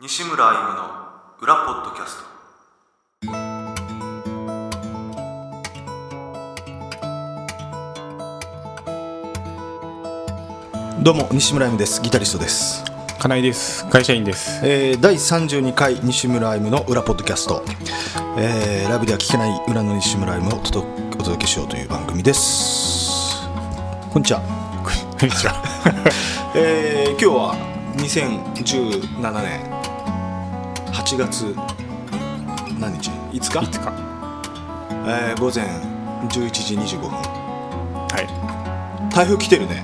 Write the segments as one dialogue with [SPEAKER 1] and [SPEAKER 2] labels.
[SPEAKER 1] 西村歩夢の裏ポッドキャスト
[SPEAKER 2] どうも西村歩ですギタリストです、
[SPEAKER 3] 金井です会社員です
[SPEAKER 2] えー、第32回西村歩の裏ポッドキャスト、えー、ライブでは聞けない裏の西村歩をお届けお届けしようという番組ですこんにちは、
[SPEAKER 3] こんにちは
[SPEAKER 2] えー、今日は2017年8月何日5日
[SPEAKER 3] いつかは
[SPEAKER 2] えー、午前11時25分
[SPEAKER 3] い
[SPEAKER 2] 台風来てるね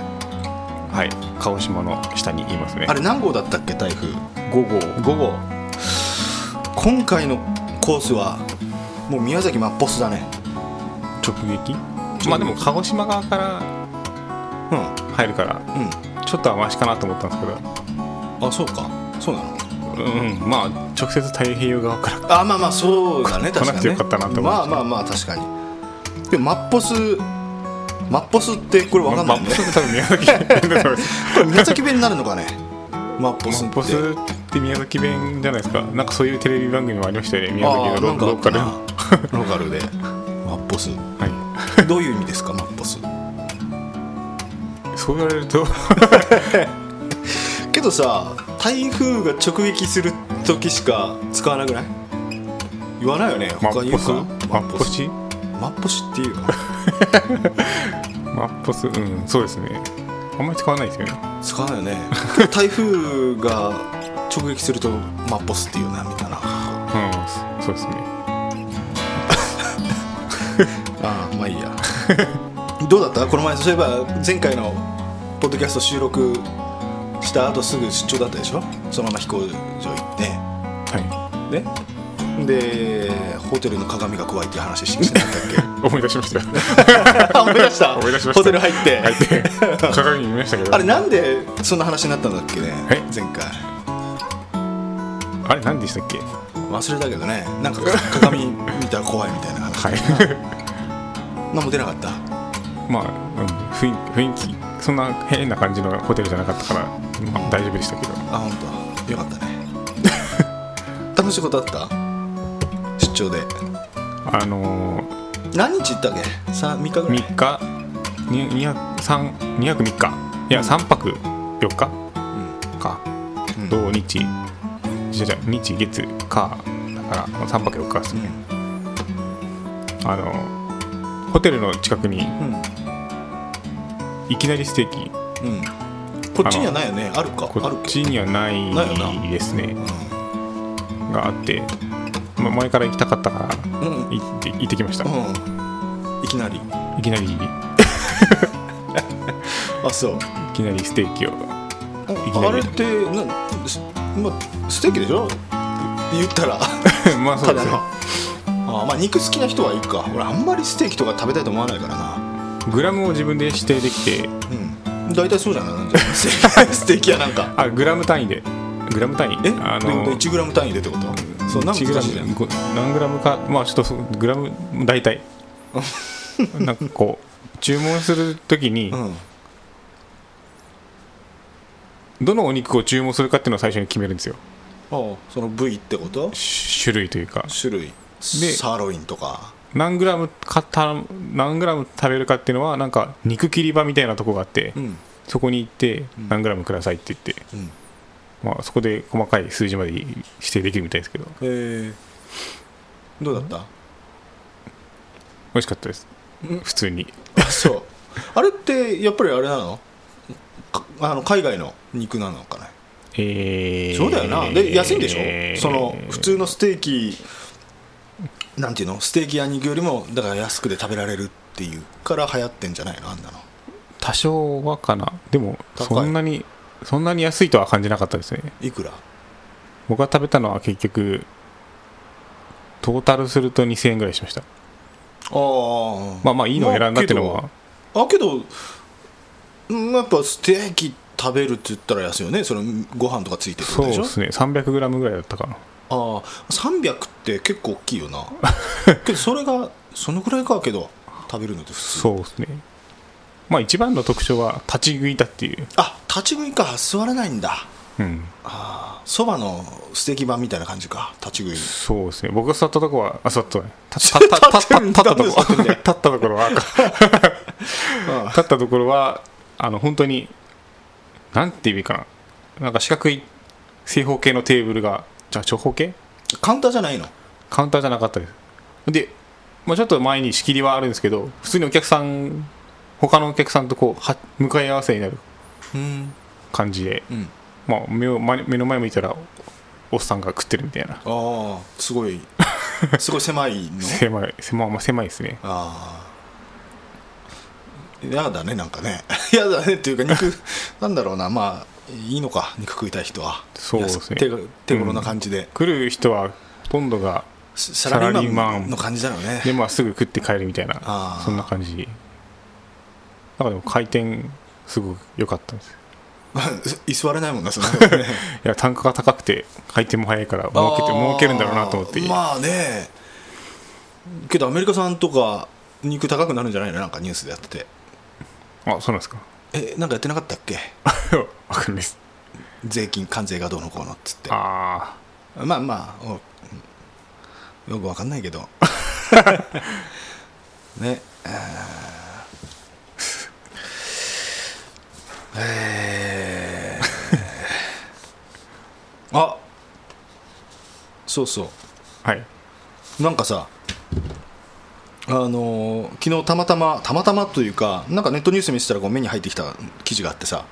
[SPEAKER 3] はい鹿児島の下にいますね
[SPEAKER 2] あれ何号だったっけ台風
[SPEAKER 3] 午後
[SPEAKER 2] 午後今回のコースはもう宮崎マッポスだね
[SPEAKER 3] 直撃まあでも鹿児島側から
[SPEAKER 2] う
[SPEAKER 3] 入るから
[SPEAKER 2] んうん
[SPEAKER 3] ちょっとはマシかなと思ったんです
[SPEAKER 2] あそうかそうなの
[SPEAKER 3] けどうんうんまあ直接太平洋側から
[SPEAKER 2] あまあまあそうだね
[SPEAKER 3] 来
[SPEAKER 2] 確かに、
[SPEAKER 3] なく
[SPEAKER 2] ね、
[SPEAKER 3] てよかったなと思
[SPEAKER 2] まあ
[SPEAKER 3] って
[SPEAKER 2] まあまあ確かにでもマッポスマッポスってこれわかんないね、
[SPEAKER 3] まあマッポス多分宮崎弁 だと思います
[SPEAKER 2] これ宮崎弁になるのかねマッポスっ
[SPEAKER 3] マ
[SPEAKER 2] て
[SPEAKER 3] ッポスって宮崎弁じゃないですかなんかそういうテレビ番組もありましたよね宮
[SPEAKER 2] あ
[SPEAKER 3] 崎
[SPEAKER 2] ーな
[SPEAKER 3] の
[SPEAKER 2] んか
[SPEAKER 3] ど
[SPEAKER 2] あ
[SPEAKER 3] っ
[SPEAKER 2] った
[SPEAKER 3] かで
[SPEAKER 2] な
[SPEAKER 3] は
[SPEAKER 2] ローカルでマッポスどういう意味ですかマッポス
[SPEAKER 3] いそう言われると
[SPEAKER 2] けどさ台風が直撃する時しか使わなくない言わないよね
[SPEAKER 3] マ
[SPEAKER 2] 他に
[SPEAKER 3] ッポ
[SPEAKER 2] 言うか
[SPEAKER 3] スマッポシ
[SPEAKER 2] マッポスっていうの
[SPEAKER 3] マッポスうんそうですねあんまり使わないですよね
[SPEAKER 2] 使わないよね 台風が直撃するとマッポスっていうなみたいなあ
[SPEAKER 3] うんそうですね
[SPEAKER 2] あまあいいや どうだったこの前そういえば前回のポッドキャスト収録した後すぐ出張だったでしょそのまま飛行場行って
[SPEAKER 3] は
[SPEAKER 2] ねでホテルの鏡が怖いっていう話してなかったっ
[SPEAKER 3] い、思い出しました。
[SPEAKER 2] け あ思い出した
[SPEAKER 3] 思い出しました
[SPEAKER 2] ホテル入って
[SPEAKER 3] 入って、鏡見ましたけど。
[SPEAKER 2] あれなんでそんな話になったんだっけね
[SPEAKER 3] え
[SPEAKER 2] 前回
[SPEAKER 3] あれ、何でしたっけ。
[SPEAKER 2] 忘れたけどねなんか鏡見たら怖いみたいな話
[SPEAKER 3] はい。
[SPEAKER 2] 何も出なかった
[SPEAKER 3] まあ、うん、雰囲気、雰囲気、そんな変な感じのホテルじゃなかったから、まあ、大丈夫でしたけど。
[SPEAKER 2] あ本当よかったね 楽しいことあった出張で
[SPEAKER 3] あのー、
[SPEAKER 2] 何日行ったっけ 3, 3日ぐらい
[SPEAKER 3] 3日、に二百三二泊3日、いや、3泊4日か、
[SPEAKER 2] うん
[SPEAKER 3] 土日、じゃじゃ日月か、だからまあ3泊4日です
[SPEAKER 2] う
[SPEAKER 3] ね。
[SPEAKER 2] ん
[SPEAKER 3] あのー、ホテルの近くにいきなりステーキ、
[SPEAKER 2] うん、うん、こっちにはないよねあるか
[SPEAKER 3] こ
[SPEAKER 2] ある
[SPEAKER 3] っ
[SPEAKER 2] け
[SPEAKER 3] ちにはない
[SPEAKER 2] ないよな
[SPEAKER 3] ですね
[SPEAKER 2] ど、
[SPEAKER 3] があって、まあ、前から行きたかったから
[SPEAKER 2] うんうんうん
[SPEAKER 3] 行って行ってきました、
[SPEAKER 2] いきなり
[SPEAKER 3] いきなりい
[SPEAKER 2] あそう
[SPEAKER 3] きなりステーキをきなり
[SPEAKER 2] あれってなんすまあステーキでしょ言ったら
[SPEAKER 3] まあそ
[SPEAKER 2] た
[SPEAKER 3] うで
[SPEAKER 2] だ
[SPEAKER 3] す
[SPEAKER 2] の
[SPEAKER 3] よ
[SPEAKER 2] あまあ肉好きな人はいいか俺あんまりステーキとか食べたいと思わないからな
[SPEAKER 3] グラムを自分で指定できて
[SPEAKER 2] うん、大体そうじゃない なんていうのステーキステーキ屋なんか
[SPEAKER 3] あグラム単位でグラム単位
[SPEAKER 2] え
[SPEAKER 3] あ
[SPEAKER 2] どういうこと1グラム単位でってことそんな難し
[SPEAKER 3] 1
[SPEAKER 2] い
[SPEAKER 3] グラ
[SPEAKER 2] じゃ
[SPEAKER 3] ム
[SPEAKER 2] ん
[SPEAKER 3] ご何グラムかまあちょっとそうグラム 大体なんかこう注文するときに、
[SPEAKER 2] うん
[SPEAKER 3] どのお肉を注文するかっていうのを最初に決めるんですよ
[SPEAKER 2] ああその部位ってこと
[SPEAKER 3] し種類というか
[SPEAKER 2] 種類サーロインとか
[SPEAKER 3] 何グラムかた何グラム食べるかっていうのはなんか肉切り場みたいなとこがあって、
[SPEAKER 2] うん
[SPEAKER 3] そこに行って何グラムくださいって言って、
[SPEAKER 2] うん
[SPEAKER 3] まあ、そこで細かい数字まで指定できるみたいですけど
[SPEAKER 2] へえどうだった
[SPEAKER 3] 美味しかったです普通に
[SPEAKER 2] あそうあれってやっぱりあれなのかあの海外の肉なのかね
[SPEAKER 3] えー
[SPEAKER 2] そうだよなで安いんでしょ、
[SPEAKER 3] えー
[SPEAKER 2] その普通のステーキなんていうのステーキ屋に行くよりもだから安くで食べられるっていうから流行ってんじゃないのあんなの
[SPEAKER 3] 多少はかなでも
[SPEAKER 2] 高い
[SPEAKER 3] そんなにそんなに安いとは感じなかったですね
[SPEAKER 2] いくら
[SPEAKER 3] 僕が食べたのは結局トータルすると2000円ぐらいしました
[SPEAKER 2] ああ
[SPEAKER 3] まあまあいいのを選んだっていうのは、
[SPEAKER 2] あけどうんやっぱステーキ食べるって言ったら安いよねそれご飯とかついてるってこ
[SPEAKER 3] そう
[SPEAKER 2] とでしょ
[SPEAKER 3] ですね 300g ぐらいだったかな
[SPEAKER 2] ああ300って結構大きいよ なけどそれがそのくらいかけど食べるのって普通
[SPEAKER 3] そうですね。まあ一番の特徴は立ち食いだっていう。
[SPEAKER 2] あ立ち食いか座らないんだ
[SPEAKER 3] うん、
[SPEAKER 2] そばのステーキ版みたいな感じか立ち食い
[SPEAKER 3] そうですね僕が座ったとこはあ座った 立
[SPEAKER 2] 立
[SPEAKER 3] った立
[SPEAKER 2] っ
[SPEAKER 3] った
[SPEAKER 2] てる
[SPEAKER 3] 立ったとこ
[SPEAKER 2] 立ってる
[SPEAKER 3] 立ったところは立ったところはあの本当になんていう意味かななんか四角い正方形のテーブルがじゃあ長方形
[SPEAKER 2] カウンターじゃないの
[SPEAKER 3] カウンターじゃなかったですで、まあ、ちょっと前に仕切りはあるんですけど普通にお客さん他のお客さんとこうは向かい合わせになる
[SPEAKER 2] うん
[SPEAKER 3] 感じで、
[SPEAKER 2] うん
[SPEAKER 3] まあ、目を前目の前向いたらおっさんが食ってるみたいな
[SPEAKER 2] ああすご いすごい狭いの
[SPEAKER 3] 狭い狭いまあ狭いですね
[SPEAKER 2] ああ嫌だねなんかね 嫌だねっていうか 肉なんだろうなまあいいのか肉食いたい人は
[SPEAKER 3] そうですね
[SPEAKER 2] 安く手手頃な感じで、
[SPEAKER 3] 来る人はほとんどが
[SPEAKER 2] ササラリーマ
[SPEAKER 3] サラリーマ
[SPEAKER 2] ン
[SPEAKER 3] ン
[SPEAKER 2] の感じだよね
[SPEAKER 3] でまあすぐ食って帰るみたいな
[SPEAKER 2] あー
[SPEAKER 3] そんな感じなんかでも回転すごく良かったです
[SPEAKER 2] まあ居座れないもんなその辺はね
[SPEAKER 3] いや単価が高くて回転も早いから 儲けて
[SPEAKER 2] あー
[SPEAKER 3] 儲けるんだろうなと思って、
[SPEAKER 2] まあねけどアメリカさんとか肉高くなるんじゃないのなんかニュースでやってて
[SPEAKER 3] あそうなんですか
[SPEAKER 2] えなんかやってなかったっけ
[SPEAKER 3] わかんないです
[SPEAKER 2] 税金関税がどうのこうのっつって
[SPEAKER 3] あ
[SPEAKER 2] まあまあおうんよくわかんないけど ねあーえー あそうそ
[SPEAKER 3] あはい、
[SPEAKER 2] うなんかさあのー昨日たまたまたまたまというかなんかネットニュース見てたらこう目に入ってきた記事があってさ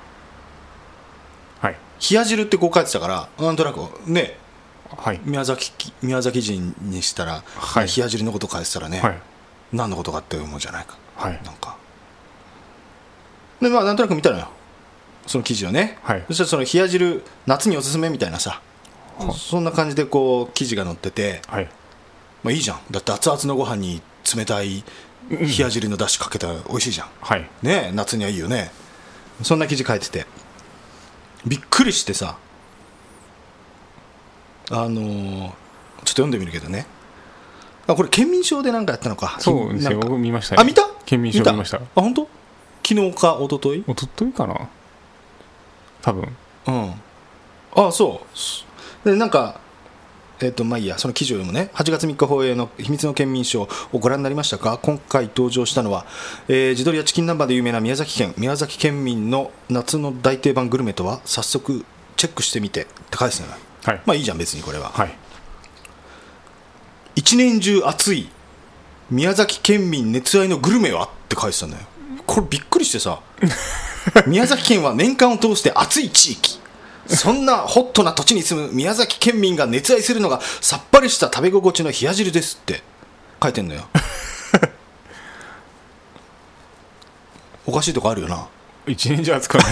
[SPEAKER 3] はい
[SPEAKER 2] 冷や汁ってこう書いてたからなんとなくね
[SPEAKER 3] はい
[SPEAKER 2] 宮崎き宮崎人にしたら、
[SPEAKER 3] はい
[SPEAKER 2] 冷や汁のこと返したらね、
[SPEAKER 3] はい
[SPEAKER 2] 何のことかって思うじゃないか、
[SPEAKER 3] はい
[SPEAKER 2] なんかでまあなんとなく見たのよその記事をね、
[SPEAKER 3] はい
[SPEAKER 2] そしたらその冷や汁夏におすすめみたいなさ、
[SPEAKER 3] はい
[SPEAKER 2] そんな感じでこう記事が載ってて
[SPEAKER 3] はい
[SPEAKER 2] まあいいじゃんだって熱々のご飯に冷たい冷や汁のだしかけたら美味しいじゃん
[SPEAKER 3] はい
[SPEAKER 2] ねえ夏にはいいよねそんな記事書いててびっくりしてさあのーちょっと読んでみるけどねあこれ県民賞で何かやったのか
[SPEAKER 3] そうですね
[SPEAKER 2] なんか
[SPEAKER 3] 僕見ましたね
[SPEAKER 2] あ見た
[SPEAKER 3] 県民賞見ました
[SPEAKER 2] あ本当昨日か一昨日
[SPEAKER 3] おとといかな多分
[SPEAKER 2] うんあそうすでなんかえっ、とまあいいやその記事を読むね8月3日放映の「秘密の県民賞」をご覧になりましたか今回登場したのは、えー地鶏やチキン南蛮で有名な宮崎県宮崎県民の夏の大定番グルメとは早速チェックしてみてって返すのよ
[SPEAKER 3] はい、
[SPEAKER 2] まあいいじゃん別にこれは
[SPEAKER 3] はい
[SPEAKER 2] 一年中暑い宮崎県民熱愛のグルメはって書いてたんだよこれびっくりして さ宮崎県は年間を通して暑い地域そんなホットな土地に住む宮崎県民が熱愛するのがさっぱりした食べ心地の冷や汁ですって書いてんの よおかしいとこあるよな
[SPEAKER 3] 一年中暑くはない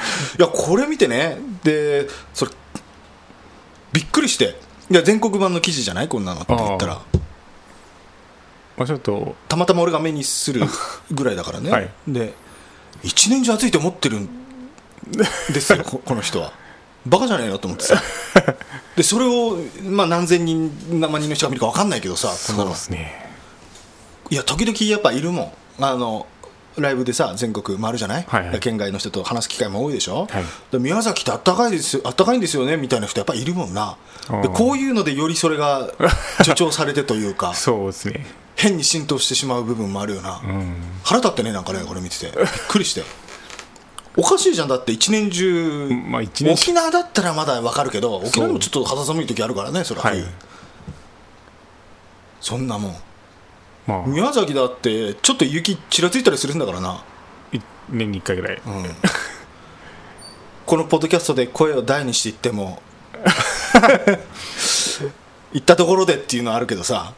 [SPEAKER 3] です
[SPEAKER 2] いやこれ見てねでそれびっくりしていや全国版の記事じゃないこんなのって言ったら
[SPEAKER 3] あまあちょっと
[SPEAKER 2] たまたま俺が目にするぐらいだからね、
[SPEAKER 3] はい
[SPEAKER 2] で一年中暑いと思ってるんです よここの人はバカじゃねえのと思ってさでそれを、まあ、何千人何万人の人が見るか分かんないけどさこんな
[SPEAKER 3] そう
[SPEAKER 2] の
[SPEAKER 3] ですね
[SPEAKER 2] いや時々やっぱいるもんあのライブでさ全国回るじゃない、
[SPEAKER 3] はいはい
[SPEAKER 2] 県外の人と話す機会も多いでしょ、
[SPEAKER 3] はい
[SPEAKER 2] で宮崎ってあったかいですよあったかいんですよねみたいな人やっぱいるもんなで
[SPEAKER 3] うん
[SPEAKER 2] こういうのでよりそれが助長されてという か
[SPEAKER 3] そうですね
[SPEAKER 2] 変に浸透してしまう部分もあるよな、
[SPEAKER 3] うん
[SPEAKER 2] 腹立ってねなんかねこれ見ててびっくりしておかしいじゃんだって一年中、
[SPEAKER 3] まあ一年中
[SPEAKER 2] 沖縄だったらまだわかるけど沖縄もちょっと肌寒い時あるからねそれは
[SPEAKER 3] は
[SPEAKER 2] 冬、
[SPEAKER 3] い
[SPEAKER 2] そんなもん
[SPEAKER 3] まあ
[SPEAKER 2] 宮崎だってちょっと雪ちらついたりするんだからな、
[SPEAKER 3] い年に1回ぐらい
[SPEAKER 2] うんこのポッドキャストで声を大にして言って も言ったところでっていうのはあるけどさ、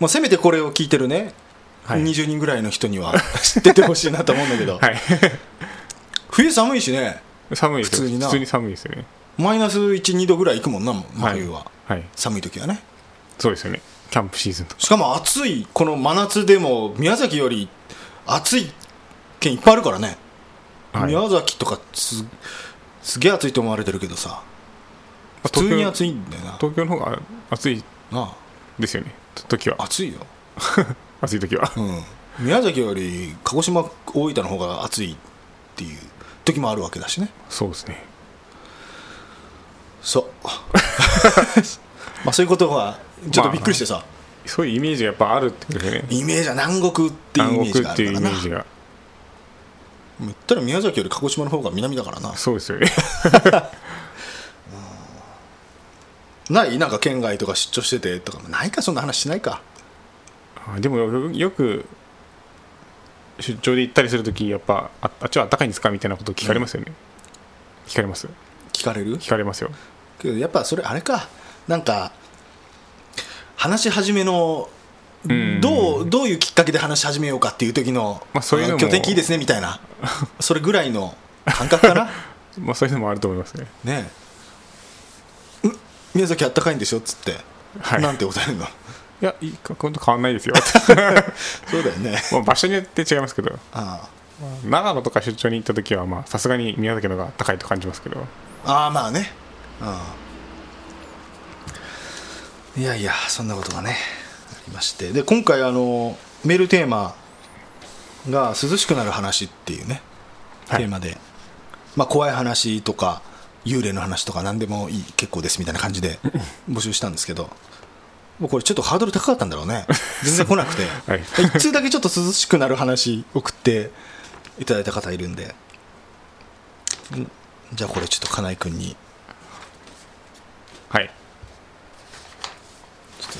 [SPEAKER 2] まあ、せめてこれを聞いてるね、
[SPEAKER 3] はい
[SPEAKER 2] 20人ぐらいの人には知っててほしいなと思うんだけど、
[SPEAKER 3] はい
[SPEAKER 2] 冬寒いしね
[SPEAKER 3] 寒いですよ
[SPEAKER 2] 普通にな
[SPEAKER 3] 普通に寒いですよね
[SPEAKER 2] マイナス12度ぐらいいくもんなもう
[SPEAKER 3] はい
[SPEAKER 2] 冬は、
[SPEAKER 3] はい
[SPEAKER 2] 寒い時はね
[SPEAKER 3] そうですよねキャンプシーズンとか
[SPEAKER 2] しかも暑いこの真夏でも宮崎より暑い県いっぱいあるからね、
[SPEAKER 3] はい
[SPEAKER 2] 宮崎とかすすげえ暑いと思われてるけどさ普通に暑いんだよな
[SPEAKER 3] 東京の方が暑い
[SPEAKER 2] な
[SPEAKER 3] ですよねと時は
[SPEAKER 2] あ暑いよ、
[SPEAKER 3] 暑い時は
[SPEAKER 2] うん、宮崎より鹿児島大分の方が暑いっていう時もあるわけだしね
[SPEAKER 3] そうですね
[SPEAKER 2] そうまあそういうことはちょっとびっくりしてさ、
[SPEAKER 3] そういうイメージがやっぱあるってことですよね
[SPEAKER 2] イメージは南国っていうイメ
[SPEAKER 3] 南
[SPEAKER 2] ージ
[SPEAKER 3] 国
[SPEAKER 2] が
[SPEAKER 3] っ
[SPEAKER 2] あ
[SPEAKER 3] て
[SPEAKER 2] る
[SPEAKER 3] いう
[SPEAKER 2] か
[SPEAKER 3] イ
[SPEAKER 2] ら
[SPEAKER 3] メ
[SPEAKER 2] な
[SPEAKER 3] ージが
[SPEAKER 2] 言ったら宮崎より鹿児島の方が南だからな
[SPEAKER 3] そうですよね
[SPEAKER 2] ないなんか県外とか出張しててとかないかそんな話しないか
[SPEAKER 3] あでもよよく出張で行ったりするときやっぱああっちはあったかいんですかみたいなこと聞かれますよね、聞かれます
[SPEAKER 2] 聞かれる
[SPEAKER 3] 聞かれますよ
[SPEAKER 2] けどやっぱそれあれかなんか話し始めのどうどういうきっかけで話し始めようかっていう時の「
[SPEAKER 3] まあそういうのも
[SPEAKER 2] 今日天気いいですね」みたいなそれぐらいの感覚 かな
[SPEAKER 3] まあそういうのもあると思いますね
[SPEAKER 2] ねえうん宮崎あったかいんでしょっつって、
[SPEAKER 3] はい
[SPEAKER 2] なんて答えるの
[SPEAKER 3] いやいいか本当変わんないですよ
[SPEAKER 2] そうだよね
[SPEAKER 3] まあ場所によって違いますけど
[SPEAKER 2] あ
[SPEAKER 3] 長野とか出張に行った時はまあさすがに宮崎の方が高いと感じますけど
[SPEAKER 2] あああまあねああいやいやそんなことがねありましてで今回あのメールテーマが「涼しくなる話」っていうね
[SPEAKER 3] はい
[SPEAKER 2] テーマで、まあ、怖い話とか幽霊の話とか何でもいい結構ですみたいな感じで募集したんですけどもうこれちょっとハードル高かったんだろうね全然来なく て、
[SPEAKER 3] はい
[SPEAKER 2] 一通だけちょっと涼しくなる話送っていただいた方いるんでんじゃあこれちょっと金井君に
[SPEAKER 3] はい
[SPEAKER 2] ちょっと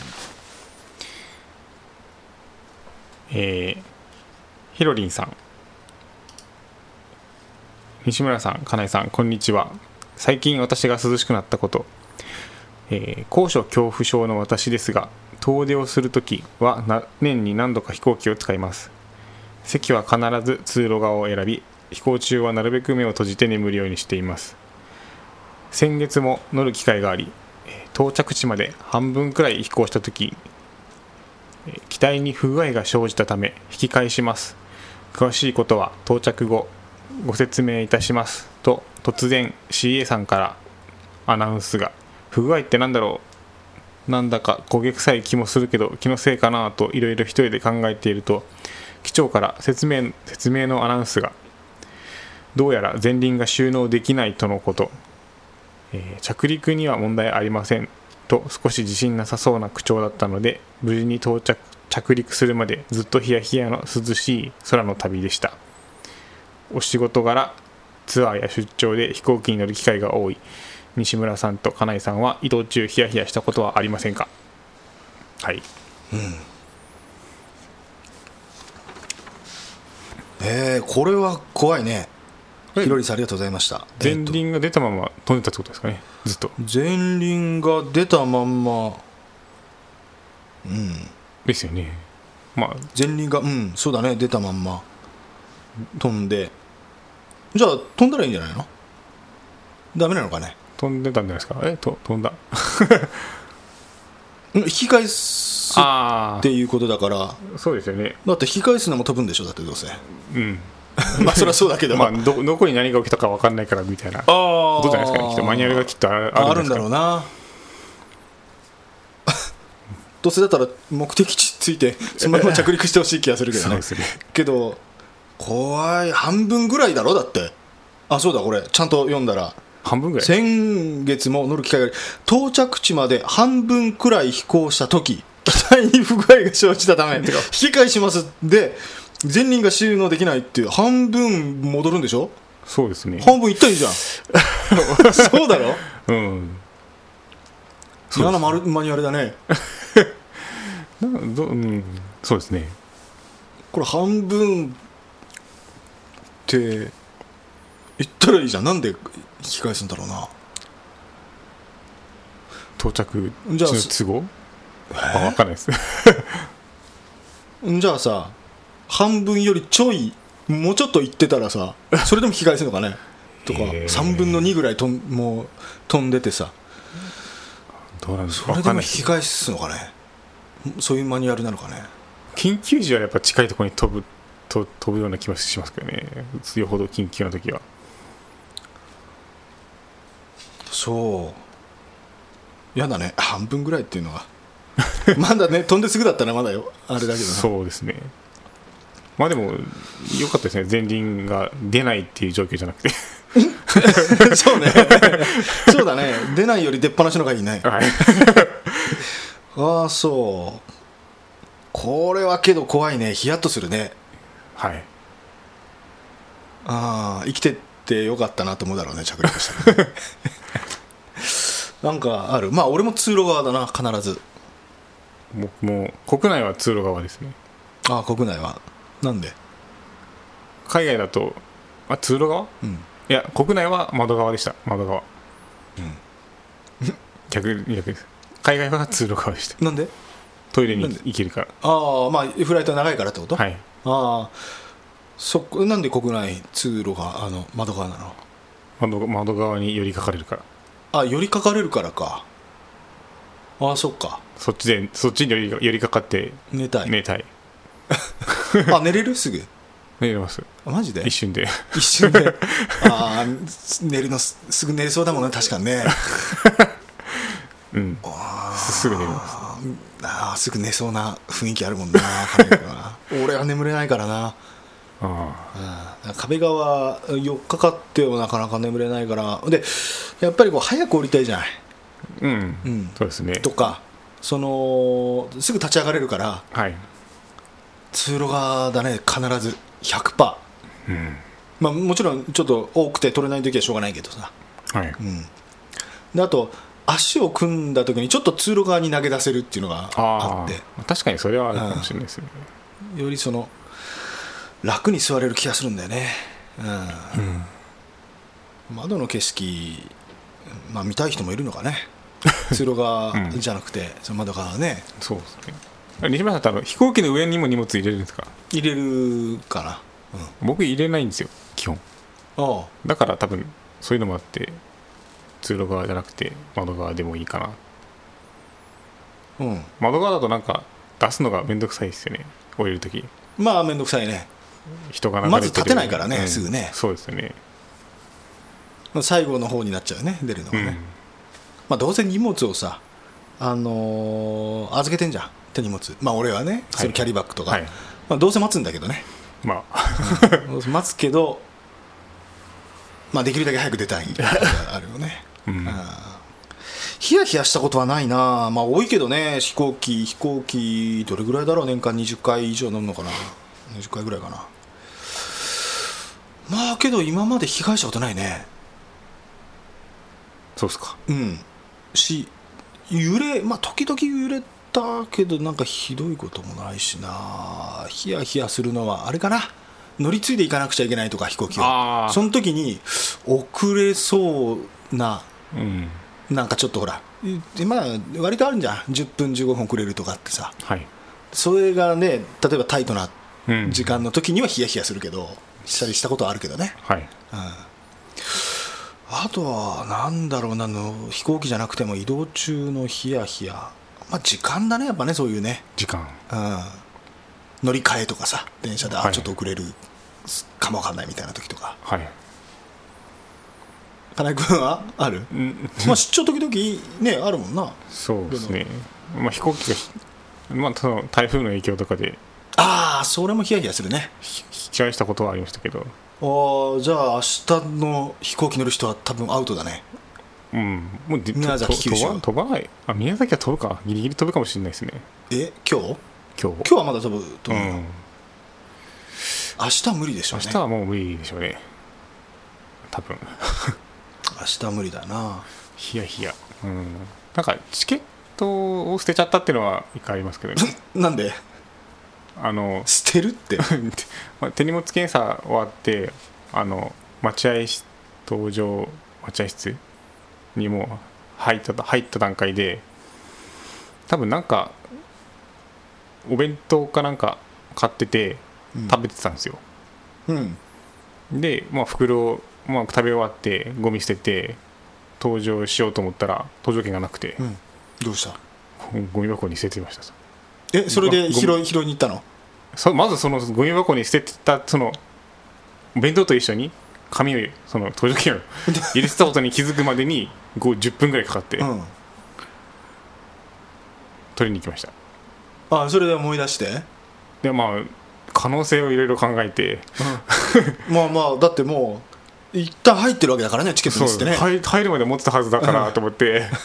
[SPEAKER 3] えー、ひろりんさん西村さん、金井さん、こんにちは最近私が涼しくなったこと、えー高所恐怖症の私ですが遠出をするときはな年に何度か飛行機を使います席は必ず通路側を選び飛行中はなるべく目を閉じて眠るようにしています先月も乗る機会がありえー到着地まで半分くらい飛行したとき機体に不具合が生じたため引き返します詳しいことは到着後ご説明いたしますと突然 CA さんからアナウンスが不具合ってなんだろうなんだか焦げ臭い気もするけど気のせいかなといろいろ一人で考えていると機長から説明説明のアナウンスがどうやら前輪が収納できないとのこと、えー着陸には問題ありませんと少し自信なさそうな口調だったので無事に到着着陸するまでずっとヒヤヒヤの涼しい空の旅でしたお仕事柄ツアーや出張で飛行機に乗る機会が多い西村さんと金井さんは移動中ヒヤヒヤしたことはありませんかはい
[SPEAKER 2] えーこれは怖いねひろりさんありがとうございました
[SPEAKER 3] 前
[SPEAKER 2] えーと
[SPEAKER 3] 輪が出たまま飛んでたってことですかねずっと
[SPEAKER 2] 前輪が出たまんま
[SPEAKER 3] ですよねまあ
[SPEAKER 2] 前輪がうんそうだね出たまんま飛んでじゃあ飛んだらいいんじゃないのダメなのかね
[SPEAKER 3] 飛んでたんじゃないですかえと飛んだ
[SPEAKER 2] ん引き返すっ
[SPEAKER 3] あ
[SPEAKER 2] ていうことだから
[SPEAKER 3] あそうですよね
[SPEAKER 2] だって引き返すのも飛ぶんでしょだってどうせ
[SPEAKER 3] うん
[SPEAKER 2] まあそりゃそうだけど、
[SPEAKER 3] ま
[SPEAKER 2] あ
[SPEAKER 3] あどどこに何が起きたか分かんないからみたいな
[SPEAKER 2] あ
[SPEAKER 3] ことじゃないですかねきっとマニュアルがきっとある
[SPEAKER 2] あ
[SPEAKER 3] あ
[SPEAKER 2] あるんだろうなどうせだったら目的地ついてそのまま着陸してほしい気がするけど
[SPEAKER 3] そう
[SPEAKER 2] ね
[SPEAKER 3] ですね
[SPEAKER 2] けど怖い半分ぐらいだろだってあそうだこれちゃんと読んだら
[SPEAKER 3] 半分ぐらい
[SPEAKER 2] 先月も乗る機会があり到着地まで半分くらい飛行した時機体に不具合が生じたた め引き返しますで前輪が収納できないっていう半分戻るんでしょ
[SPEAKER 3] そうですね
[SPEAKER 2] 半分いったらいいじゃん そうだろ
[SPEAKER 3] うん
[SPEAKER 2] 嫌なマルマニュアルだね
[SPEAKER 3] などうんそうですね
[SPEAKER 2] これ半分って言ったらいいじゃんなんで引き返すんだろうな
[SPEAKER 3] 到着
[SPEAKER 2] じゃあ
[SPEAKER 3] 地の都合あ分かんないです
[SPEAKER 2] じゃあさ半分よりちょいもうちょっと行ってたらさそれでも引き返せるのかねとか
[SPEAKER 3] へー
[SPEAKER 2] 3分の2ぐらいとんもう飛んでてさ
[SPEAKER 3] どうなん です
[SPEAKER 2] こ
[SPEAKER 3] か
[SPEAKER 2] れ
[SPEAKER 3] 分
[SPEAKER 2] で
[SPEAKER 3] かん
[SPEAKER 2] も
[SPEAKER 3] な
[SPEAKER 2] 引
[SPEAKER 3] い
[SPEAKER 2] き返すのかねそういうマニュアルなのかね
[SPEAKER 3] 緊急時はやっぱ近いところに飛ぶと飛ぶような気はしますけどねよほど緊急な時は
[SPEAKER 2] そうやだね半分ぐらいっていうのはまだね飛んですぐだったらまだよあれだけどな
[SPEAKER 3] そうですねまあでも良かったですね前輪が出ないっていう状況じゃなくて
[SPEAKER 2] そうねそうだね出ないより出っ放しのがいいね
[SPEAKER 3] はい。
[SPEAKER 2] ああそうこれはけど怖いねヒヤッとするね
[SPEAKER 3] はい。
[SPEAKER 2] ああ生きてってよかったなと思うだろうね着陸したらね なんかあるまあ俺も通路側だな必ず
[SPEAKER 3] 僕も国内は通路側ですね。
[SPEAKER 2] ああ国内はなんで
[SPEAKER 3] 海外だと、あ、通路側
[SPEAKER 2] うん
[SPEAKER 3] いや、国内は窓側でした。窓側。 逆、逆です。海外は通路側でした。
[SPEAKER 2] なんで
[SPEAKER 3] トイレに
[SPEAKER 2] なんで
[SPEAKER 3] 行けるから。
[SPEAKER 2] ああまあフライトは長いからってこと、
[SPEAKER 3] はい。
[SPEAKER 2] ああそこなんで国内通路があの窓側なの
[SPEAKER 3] 窓窓側に寄りかかれるから。
[SPEAKER 2] あ寄りかかれるからかああそっか
[SPEAKER 3] そっちで、そっちに寄り寄りかかって
[SPEAKER 2] 寝たい、
[SPEAKER 3] 寝たい。
[SPEAKER 2] あ寝れるすぐ
[SPEAKER 3] 寝れます。
[SPEAKER 2] あマジで
[SPEAKER 3] 一瞬で。
[SPEAKER 2] 一瞬でああ寝るのすすぐ寝れそうだもんね確かにね
[SPEAKER 3] うん。すすぐ寝れます。
[SPEAKER 2] ああすぐ寝そうな雰囲気あるもんな壁が俺は眠れないからな
[SPEAKER 3] あ
[SPEAKER 2] うん壁側4日かってもなかなか眠れないからでやっぱりこう早く降りたいじゃない
[SPEAKER 3] あ。うん。
[SPEAKER 2] うん
[SPEAKER 3] そうですね。
[SPEAKER 2] とかそのすぐ立ち上がれるから
[SPEAKER 3] はい。
[SPEAKER 2] 通路側だね必ず100%
[SPEAKER 3] うん。
[SPEAKER 2] まあ、もちろんちょっと多くて取れない時はしょうがないけどさ、
[SPEAKER 3] はい。
[SPEAKER 2] うん、であと足を組んだ時にちょっと通路側に投げ出せるっていうのがあ
[SPEAKER 3] あ
[SPEAKER 2] って
[SPEAKER 3] あ。確かにそれはあるかもしれないですね。
[SPEAKER 2] よりその楽に座れる気がするんだよね、うん窓の景色、まあ、見たい人もいるのかね 通路側じゃなくて、その窓側はね
[SPEAKER 3] そうですね。西村さん、多分飛行機の上にも荷物入れるんですか
[SPEAKER 2] 入れるかな
[SPEAKER 3] 僕入れないんですよ、基本。
[SPEAKER 2] ああ
[SPEAKER 3] だから多分、そういうのもあって、通路側じゃなくて窓側でもいいかな。
[SPEAKER 2] うん
[SPEAKER 3] 窓側だとなんか出すのがめんどくさいですよね。降りるとき。
[SPEAKER 2] まあ面倒くさいね
[SPEAKER 3] 人が流れてる
[SPEAKER 2] まず立てないからねすぐね
[SPEAKER 3] そうですよね。
[SPEAKER 2] 最後の方になっちゃうね出るのが
[SPEAKER 3] う
[SPEAKER 2] ね、
[SPEAKER 3] ん。
[SPEAKER 2] まあ、どうせ荷物をさ、あのー預けてんじゃん手荷物まあ俺はね、
[SPEAKER 3] はい
[SPEAKER 2] そのキャリーバッグとか、
[SPEAKER 3] はい
[SPEAKER 2] まあ、どうせ待つんだけどね
[SPEAKER 3] まあ、
[SPEAKER 2] どうせ待つけど、まあ、できるだけ早く出たいあるよ ね
[SPEAKER 3] うん。
[SPEAKER 2] ヒヤヒヤしたことはないなまあ多いけどね飛行機飛行機どれぐらいだろう年間20回以上乗るのかな20回ぐらいかなまあけど今まで被害したことないね
[SPEAKER 3] そうっすか。
[SPEAKER 2] うんし揺れまあ時々揺れたけどなんかひどいこともないしなヒヤヒヤするのはあれかな乗り継いでいかなくちゃいけないとか飛行機
[SPEAKER 3] あ
[SPEAKER 2] を
[SPEAKER 3] ー
[SPEAKER 2] その時に遅れそうな
[SPEAKER 3] うん。
[SPEAKER 2] なんかちょっとほらでまあ割とあるんじゃん10分15分遅れるとかってさ
[SPEAKER 3] はい。
[SPEAKER 2] それがね例えばタイトな
[SPEAKER 3] うん。
[SPEAKER 2] 時。間の時にはヒヤヒヤするけどしたりしたことはあるけどね
[SPEAKER 3] はい。
[SPEAKER 2] あとは、なんだろうなあの、飛行機じゃなくても移動中のヒヤヒヤ、まあ、時間だね、やっぱね、そういうね、
[SPEAKER 3] 時間。
[SPEAKER 2] うん、乗り換えとかさ、電車で、
[SPEAKER 3] は
[SPEAKER 2] あ
[SPEAKER 3] い
[SPEAKER 2] ちょっと遅れるかもわかんないみたいな時とか、
[SPEAKER 3] はい。
[SPEAKER 2] 金井君はあ る、
[SPEAKER 3] うん。
[SPEAKER 2] まあ、出張時々ね、あるもんな、
[SPEAKER 3] そうですね、まあ、飛行機がひ、まあ、その台風の影響とかで
[SPEAKER 2] ああ、それもヒヤヒヤするね、
[SPEAKER 3] ひ引き返したことはありましたけど、
[SPEAKER 2] あーじゃあ、明日の飛行機乗る人は多分アウトだね、
[SPEAKER 3] うん、もうで
[SPEAKER 2] 宮崎
[SPEAKER 3] と
[SPEAKER 2] 九州
[SPEAKER 3] 飛ば飛ばないあ、宮崎は飛ぶか、ギリギリ飛ぶかもしれないですね、
[SPEAKER 2] え今日
[SPEAKER 3] 今
[SPEAKER 2] 今
[SPEAKER 3] 日
[SPEAKER 2] 日はまだ飛ぶと
[SPEAKER 3] う
[SPEAKER 2] 思う、
[SPEAKER 3] ん、
[SPEAKER 2] 明日は無理でしょ
[SPEAKER 3] 明
[SPEAKER 2] うね、
[SPEAKER 3] 日はもう無理でしょうね、多分
[SPEAKER 2] 明日は無理だな。
[SPEAKER 3] ヒヤヒヤ、うん、なんかチケットを捨てちゃったっていうのは、一回ありますけどね、
[SPEAKER 2] なんで
[SPEAKER 3] あの
[SPEAKER 2] 捨てるって
[SPEAKER 3] まあ手荷物検査終わって、あの待合室、搭乗待合室にもう入った入った段階で、多分なんか、お弁当かなんか買ってて、食べてたんですよ。
[SPEAKER 2] うん
[SPEAKER 3] で、まあ、袋を、まあ、食べ終わって、ゴミ捨てて、搭乗しようと思ったら、搭乗券がなくて
[SPEAKER 2] う、んどうした
[SPEAKER 3] ゴミ箱に捨ててました。
[SPEAKER 2] えそれ
[SPEAKER 3] ご
[SPEAKER 2] で
[SPEAKER 3] めん
[SPEAKER 2] 拾い拾いに行ったの
[SPEAKER 3] そまずそのゴミ箱に捨ててたその弁当と一緒に紙をその搭乗券を入れてたことに気づくまでに5 10分ぐらいかかって
[SPEAKER 2] うん
[SPEAKER 3] 取りに行きました、
[SPEAKER 2] あそれで思い出して
[SPEAKER 3] でまあ可能性をいろいろ考えて
[SPEAKER 2] まあまあだってもう一旦入ってるわけだからねチケット
[SPEAKER 3] そう
[SPEAKER 2] ですってね
[SPEAKER 3] 入入るまで持ってたはず だからと思ってだか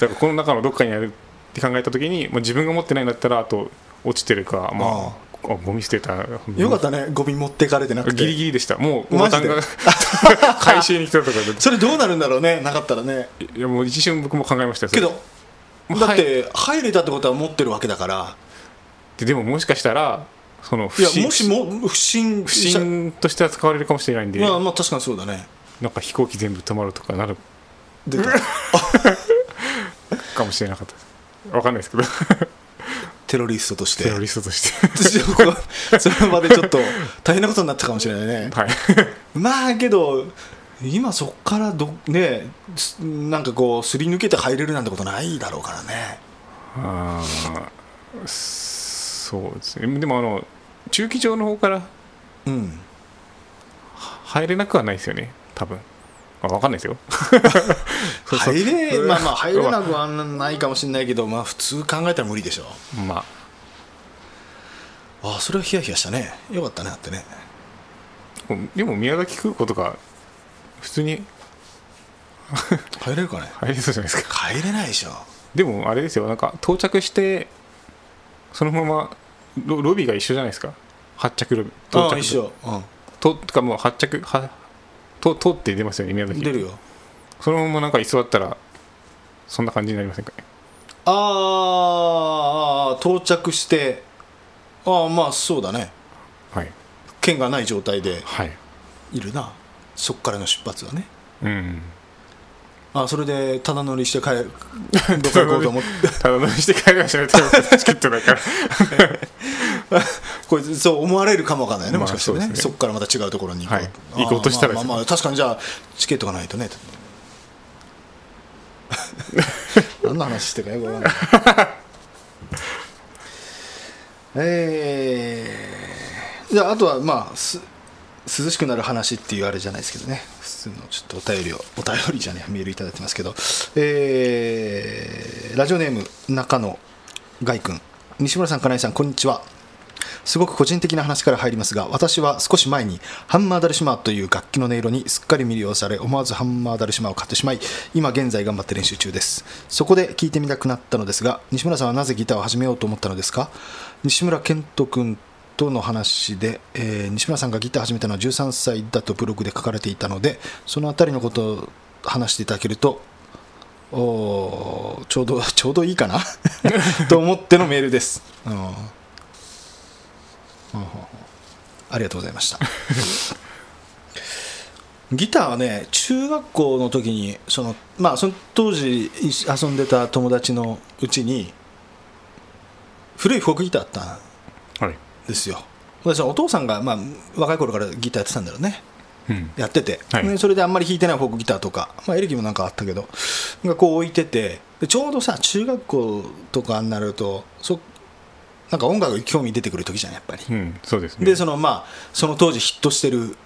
[SPEAKER 3] らこの中のどっかにあるって考えた時に、まあ、自分が持ってないんだったらあと落ちてるか、まあ、あゴミ捨てた
[SPEAKER 2] よかったねゴミ持ってかれてなくて
[SPEAKER 3] ギリギリでしたもうおば
[SPEAKER 2] マ
[SPEAKER 3] さ
[SPEAKER 2] ジ
[SPEAKER 3] ん
[SPEAKER 2] で
[SPEAKER 3] が 回収に来たとかで
[SPEAKER 2] それどうなるんだろうねなかったらね
[SPEAKER 3] いやもう一瞬僕も考えましたよそ
[SPEAKER 2] け
[SPEAKER 3] れ
[SPEAKER 2] ど
[SPEAKER 3] はい
[SPEAKER 2] だって入れたってことは持ってるわけだから
[SPEAKER 3] ででももしかしたらその
[SPEAKER 2] い
[SPEAKER 3] 不
[SPEAKER 2] や
[SPEAKER 3] 審
[SPEAKER 2] もしも不審
[SPEAKER 3] 不審として扱われるかもしれないんで、
[SPEAKER 2] まあまあ確かにそうだね
[SPEAKER 3] なんか飛行機全部止まるとかなる
[SPEAKER 2] 出 た
[SPEAKER 3] かもしれなかったですわかんな いですけど
[SPEAKER 2] テロリストとして
[SPEAKER 3] テロ リストとして
[SPEAKER 2] 私僕はその場でちょっと大変なことになったかもしれないね
[SPEAKER 3] はい
[SPEAKER 2] まあけど今そこからどねすなんかこうすり抜けて入れるなんてことないだろうからね
[SPEAKER 3] あーそうですねでもあの駐機場の方から
[SPEAKER 2] うん
[SPEAKER 3] 入れなくはないですよね多分あわかんないですよそう そ う
[SPEAKER 2] 入れまあまあ入れな
[SPEAKER 3] ま
[SPEAKER 2] くはないかもしれないけどまあ普通考えたら無理でしょ
[SPEAKER 3] あまあ
[SPEAKER 2] ああそれはヒヤヒヤしたねよかったねあってね
[SPEAKER 3] でもでも宮崎空港とか普通に
[SPEAKER 2] 入れるかね
[SPEAKER 3] 入れそうじゃないですか
[SPEAKER 2] 入れないでしょ
[SPEAKER 3] でもあれですよなんか到着してそのままロロビーが一緒じゃないですか発着ロビー到着
[SPEAKER 2] ああ一緒、う
[SPEAKER 3] ととかもう発着はと通って出ますよね宮
[SPEAKER 2] ん、
[SPEAKER 3] 崎
[SPEAKER 2] 出るよ
[SPEAKER 3] そのままなんか居座ったらそんな感じになりませんかね
[SPEAKER 2] あーあー到着してああまあそうだね
[SPEAKER 3] はい
[SPEAKER 2] 剣がない状態で
[SPEAKER 3] はい
[SPEAKER 2] いるなそこからの出発はね
[SPEAKER 3] うん
[SPEAKER 2] あそれでただ乗りして帰 るどっか行こうと思って
[SPEAKER 3] ただ乗りして帰りましたねチケットだから
[SPEAKER 2] これそう思われるかもわかんないねもしかしてね,、
[SPEAKER 3] ま
[SPEAKER 2] そ
[SPEAKER 3] あそうですね
[SPEAKER 2] こからまた違うところに行こう,あ
[SPEAKER 3] は
[SPEAKER 2] ー、
[SPEAKER 3] い行こうとしたら
[SPEAKER 2] まあまあまあ確かにじゃあチケットがないとね 何の話してるかよくわかんない えー、じゃああとはまあす涼しくなる話っていうあれじゃないですけどね普通のちょっとお便りをお便りじゃねえメールいただいてますけど、えーラジオネーム中野外君西村さん金井さんこんにちはすごく個人的な話から入りますが私は少し前にハンマーダルシマーという楽器の音色にすっかり魅了され思わずハンマーダルシマーを買ってしまい今現在頑張って練習中ですそこで聴いてみたくなったのですが西村さんはなぜギターを始めようと思ったのですか西村健人君との話で、えー西村さんがギター始めたのは13歳だとブログで書かれていたのでそのあたりのことを話していただけるとおーちょうど ちょうどいいかなと思ってのメールです、うんうんうんうんありがとうございました ギターはね中学校の時にその、まあ、その当時い遊んでた友達のうちに古いフォークギターあったん
[SPEAKER 3] はい
[SPEAKER 2] ですよでそのお父さんが、まあ、若い頃からギターやってたんだろうね
[SPEAKER 3] うん
[SPEAKER 2] やってて、
[SPEAKER 3] はい
[SPEAKER 2] でそれであんまり弾いてないフォークギターとか、まあ、エレキもなんかあったけどがこう置いててでちょうどさ中学校とかになるとそなんか音楽に興味出てくる時じゃんやっぱり、
[SPEAKER 3] うんそうですね
[SPEAKER 2] でそのまあその当時ヒットしてる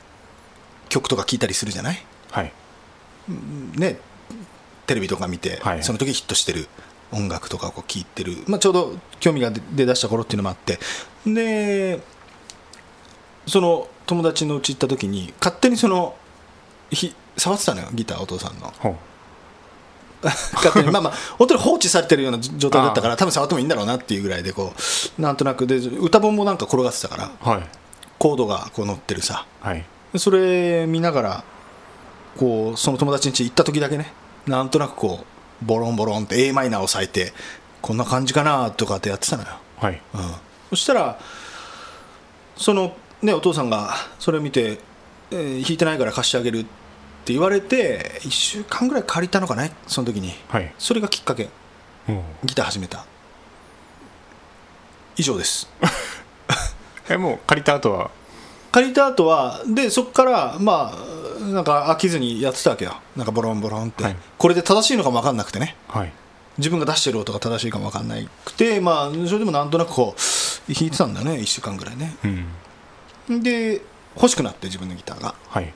[SPEAKER 2] 曲とか聴いたりするじゃない
[SPEAKER 3] はい
[SPEAKER 2] ねテレビとか見て、
[SPEAKER 3] はい
[SPEAKER 2] その時ヒットしてる音楽とかをこう聴いてる、まあ、ちょうど興味が出出だした頃っていうのもあってでその友達のうち行った時に勝手にそのひ触ってたのよギターお父さんの
[SPEAKER 3] ほう
[SPEAKER 2] 勝手 にまあまあ本当に放置されてるような状態だったから多分触ってもいいんだろうなっていうぐらいでこうなんとなくで歌本もなんか転がってたから
[SPEAKER 3] はい
[SPEAKER 2] コードがこう載ってるさ
[SPEAKER 3] はい
[SPEAKER 2] それ見ながらこうその友達ん家行った時だけねなんとなくこうボロンボロンって a マイナーを咲いてこんな感じかなとかってやってたのよ、
[SPEAKER 3] はい
[SPEAKER 2] うん、そしたらそのねお父さんがそれ見て、えー弾いてないから貸してあげるって言われて1週間ぐらい借りたのかねその時に
[SPEAKER 3] はい
[SPEAKER 2] それがきっかけ
[SPEAKER 3] もう
[SPEAKER 2] ギター始めた以上です
[SPEAKER 3] えもう借りた後は
[SPEAKER 2] 借りた後はでそこからまあなんか飽きずにやってたわけよなんかボロンボロンって、
[SPEAKER 3] はい
[SPEAKER 2] これで正しいのかも分かんなくてね
[SPEAKER 3] はい
[SPEAKER 2] 自分が出してる音が正しいかも分かんなくてまあそれでもなんとなくこう弾いてたんだよね1週間ぐらいね
[SPEAKER 3] うん
[SPEAKER 2] で欲しくなって自分のギターが
[SPEAKER 3] はい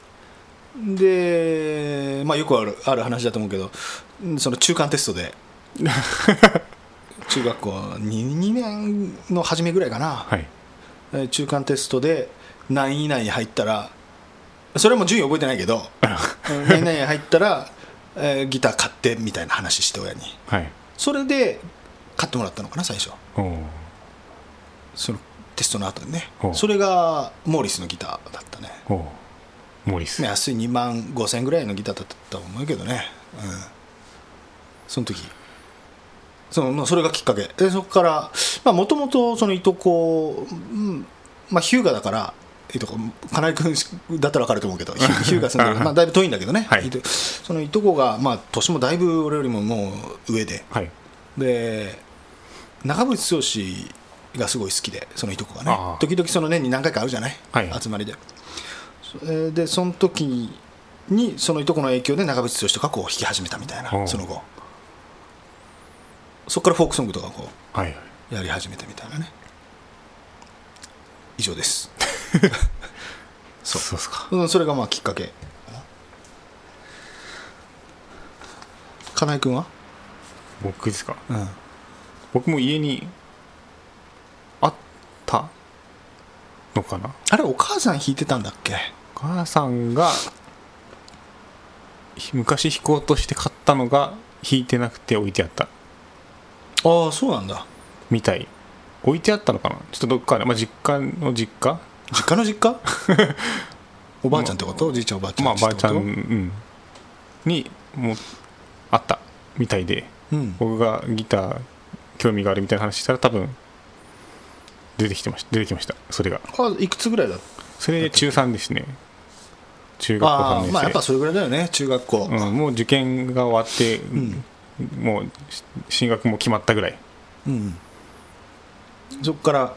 [SPEAKER 2] でまあよくあるある話だと思うけどうんその中間テスト で中学校 2, 2年の初めぐらいかな、
[SPEAKER 3] はい
[SPEAKER 2] えー中間テストで何位以内に入ったらそれも順位覚えてないけど何々入ったら、えーギター買ってみたいな話して親に
[SPEAKER 3] はい
[SPEAKER 2] それで買ってもらったのかな最初
[SPEAKER 3] おー
[SPEAKER 2] そのテストの後にね
[SPEAKER 3] ほう
[SPEAKER 2] それがモーリスのギターだったね
[SPEAKER 3] おーモリス、
[SPEAKER 2] ね安い2万5000円ぐらいのギターだったと思うけどね、うん、その時そのまあそれがきっかけでそこからもともとそのいとこ、うんまあ、日向だからいとこ金井君だったら分かると思うけ ど日向さんだからまあだいぶ遠いんだけどね、
[SPEAKER 3] はい
[SPEAKER 2] とそのいとこが、まあ、年もだいぶ俺よりももう上で
[SPEAKER 3] はい
[SPEAKER 2] で長渕剛がすごい好きでそのいとこが
[SPEAKER 3] あ
[SPEAKER 2] ね
[SPEAKER 3] あ
[SPEAKER 2] 時々その年に何回か会うじゃない、
[SPEAKER 3] はいはい
[SPEAKER 2] 集まりでそえーでその時にそのいとこの影響で長渕剛とかこう弾き始めたみたい
[SPEAKER 3] お
[SPEAKER 2] な
[SPEAKER 3] う
[SPEAKER 2] その後そこからフォークソングとかこ
[SPEAKER 3] はいはいう
[SPEAKER 2] やり始めてみたいなね以上です、
[SPEAKER 3] そうそうっすか
[SPEAKER 2] うん、それがまあきっかけかな金井君は、
[SPEAKER 3] 僕ですか
[SPEAKER 2] うん、
[SPEAKER 3] 僕も家にあったのかな
[SPEAKER 2] あれお母さん弾いてたんだっけ
[SPEAKER 3] お母さんがひ昔弾こうとして買ったのが弾いてなくて置いてあった
[SPEAKER 2] ああそうなんだ
[SPEAKER 3] みたい置いてあったのかなちょっとどっかで、まあ、実家の実家
[SPEAKER 2] 実家の実家 おばあちゃんってことおじいちゃんおばあちゃん
[SPEAKER 3] まあばあ
[SPEAKER 2] っ
[SPEAKER 3] ち
[SPEAKER 2] て
[SPEAKER 3] ゃ
[SPEAKER 2] こ
[SPEAKER 3] ん、
[SPEAKER 2] と
[SPEAKER 3] うん、にもあったみたいで
[SPEAKER 2] うん
[SPEAKER 3] 僕がギター興味があるみたいな話したら多分出てきてました出てきましたそれが
[SPEAKER 2] あいくつぐらいだ
[SPEAKER 3] それで中3ですね中学校
[SPEAKER 2] あ
[SPEAKER 3] 3
[SPEAKER 2] あ
[SPEAKER 3] 年生
[SPEAKER 2] まあやっぱそれぐらいだよね中学校、
[SPEAKER 3] うん、もう受験が終わって、
[SPEAKER 2] ん
[SPEAKER 3] もうし進学も決まったぐらい
[SPEAKER 2] うんそこから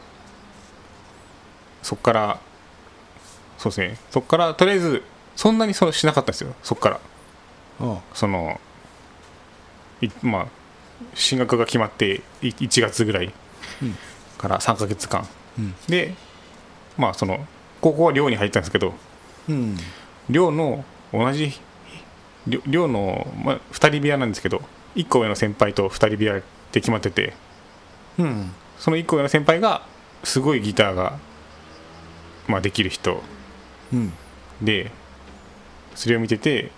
[SPEAKER 3] そっからそうですねそっからとりあえずそんなにそうしなかったんですよそっから
[SPEAKER 2] うん
[SPEAKER 3] そのいまあ進学が決まってい1月ぐらい
[SPEAKER 2] うん
[SPEAKER 3] から3ヶ月間、
[SPEAKER 2] うん
[SPEAKER 3] でまあその高校は寮に入ったんですけど
[SPEAKER 2] うん
[SPEAKER 3] 寮の同じ寮寮の、まあ、2人部屋なんですけど1個上の先輩と2人部屋って決まってて
[SPEAKER 2] うん
[SPEAKER 3] その1個上の先輩がすごいギターが、まあ、できる人
[SPEAKER 2] うん
[SPEAKER 3] でそれを見てて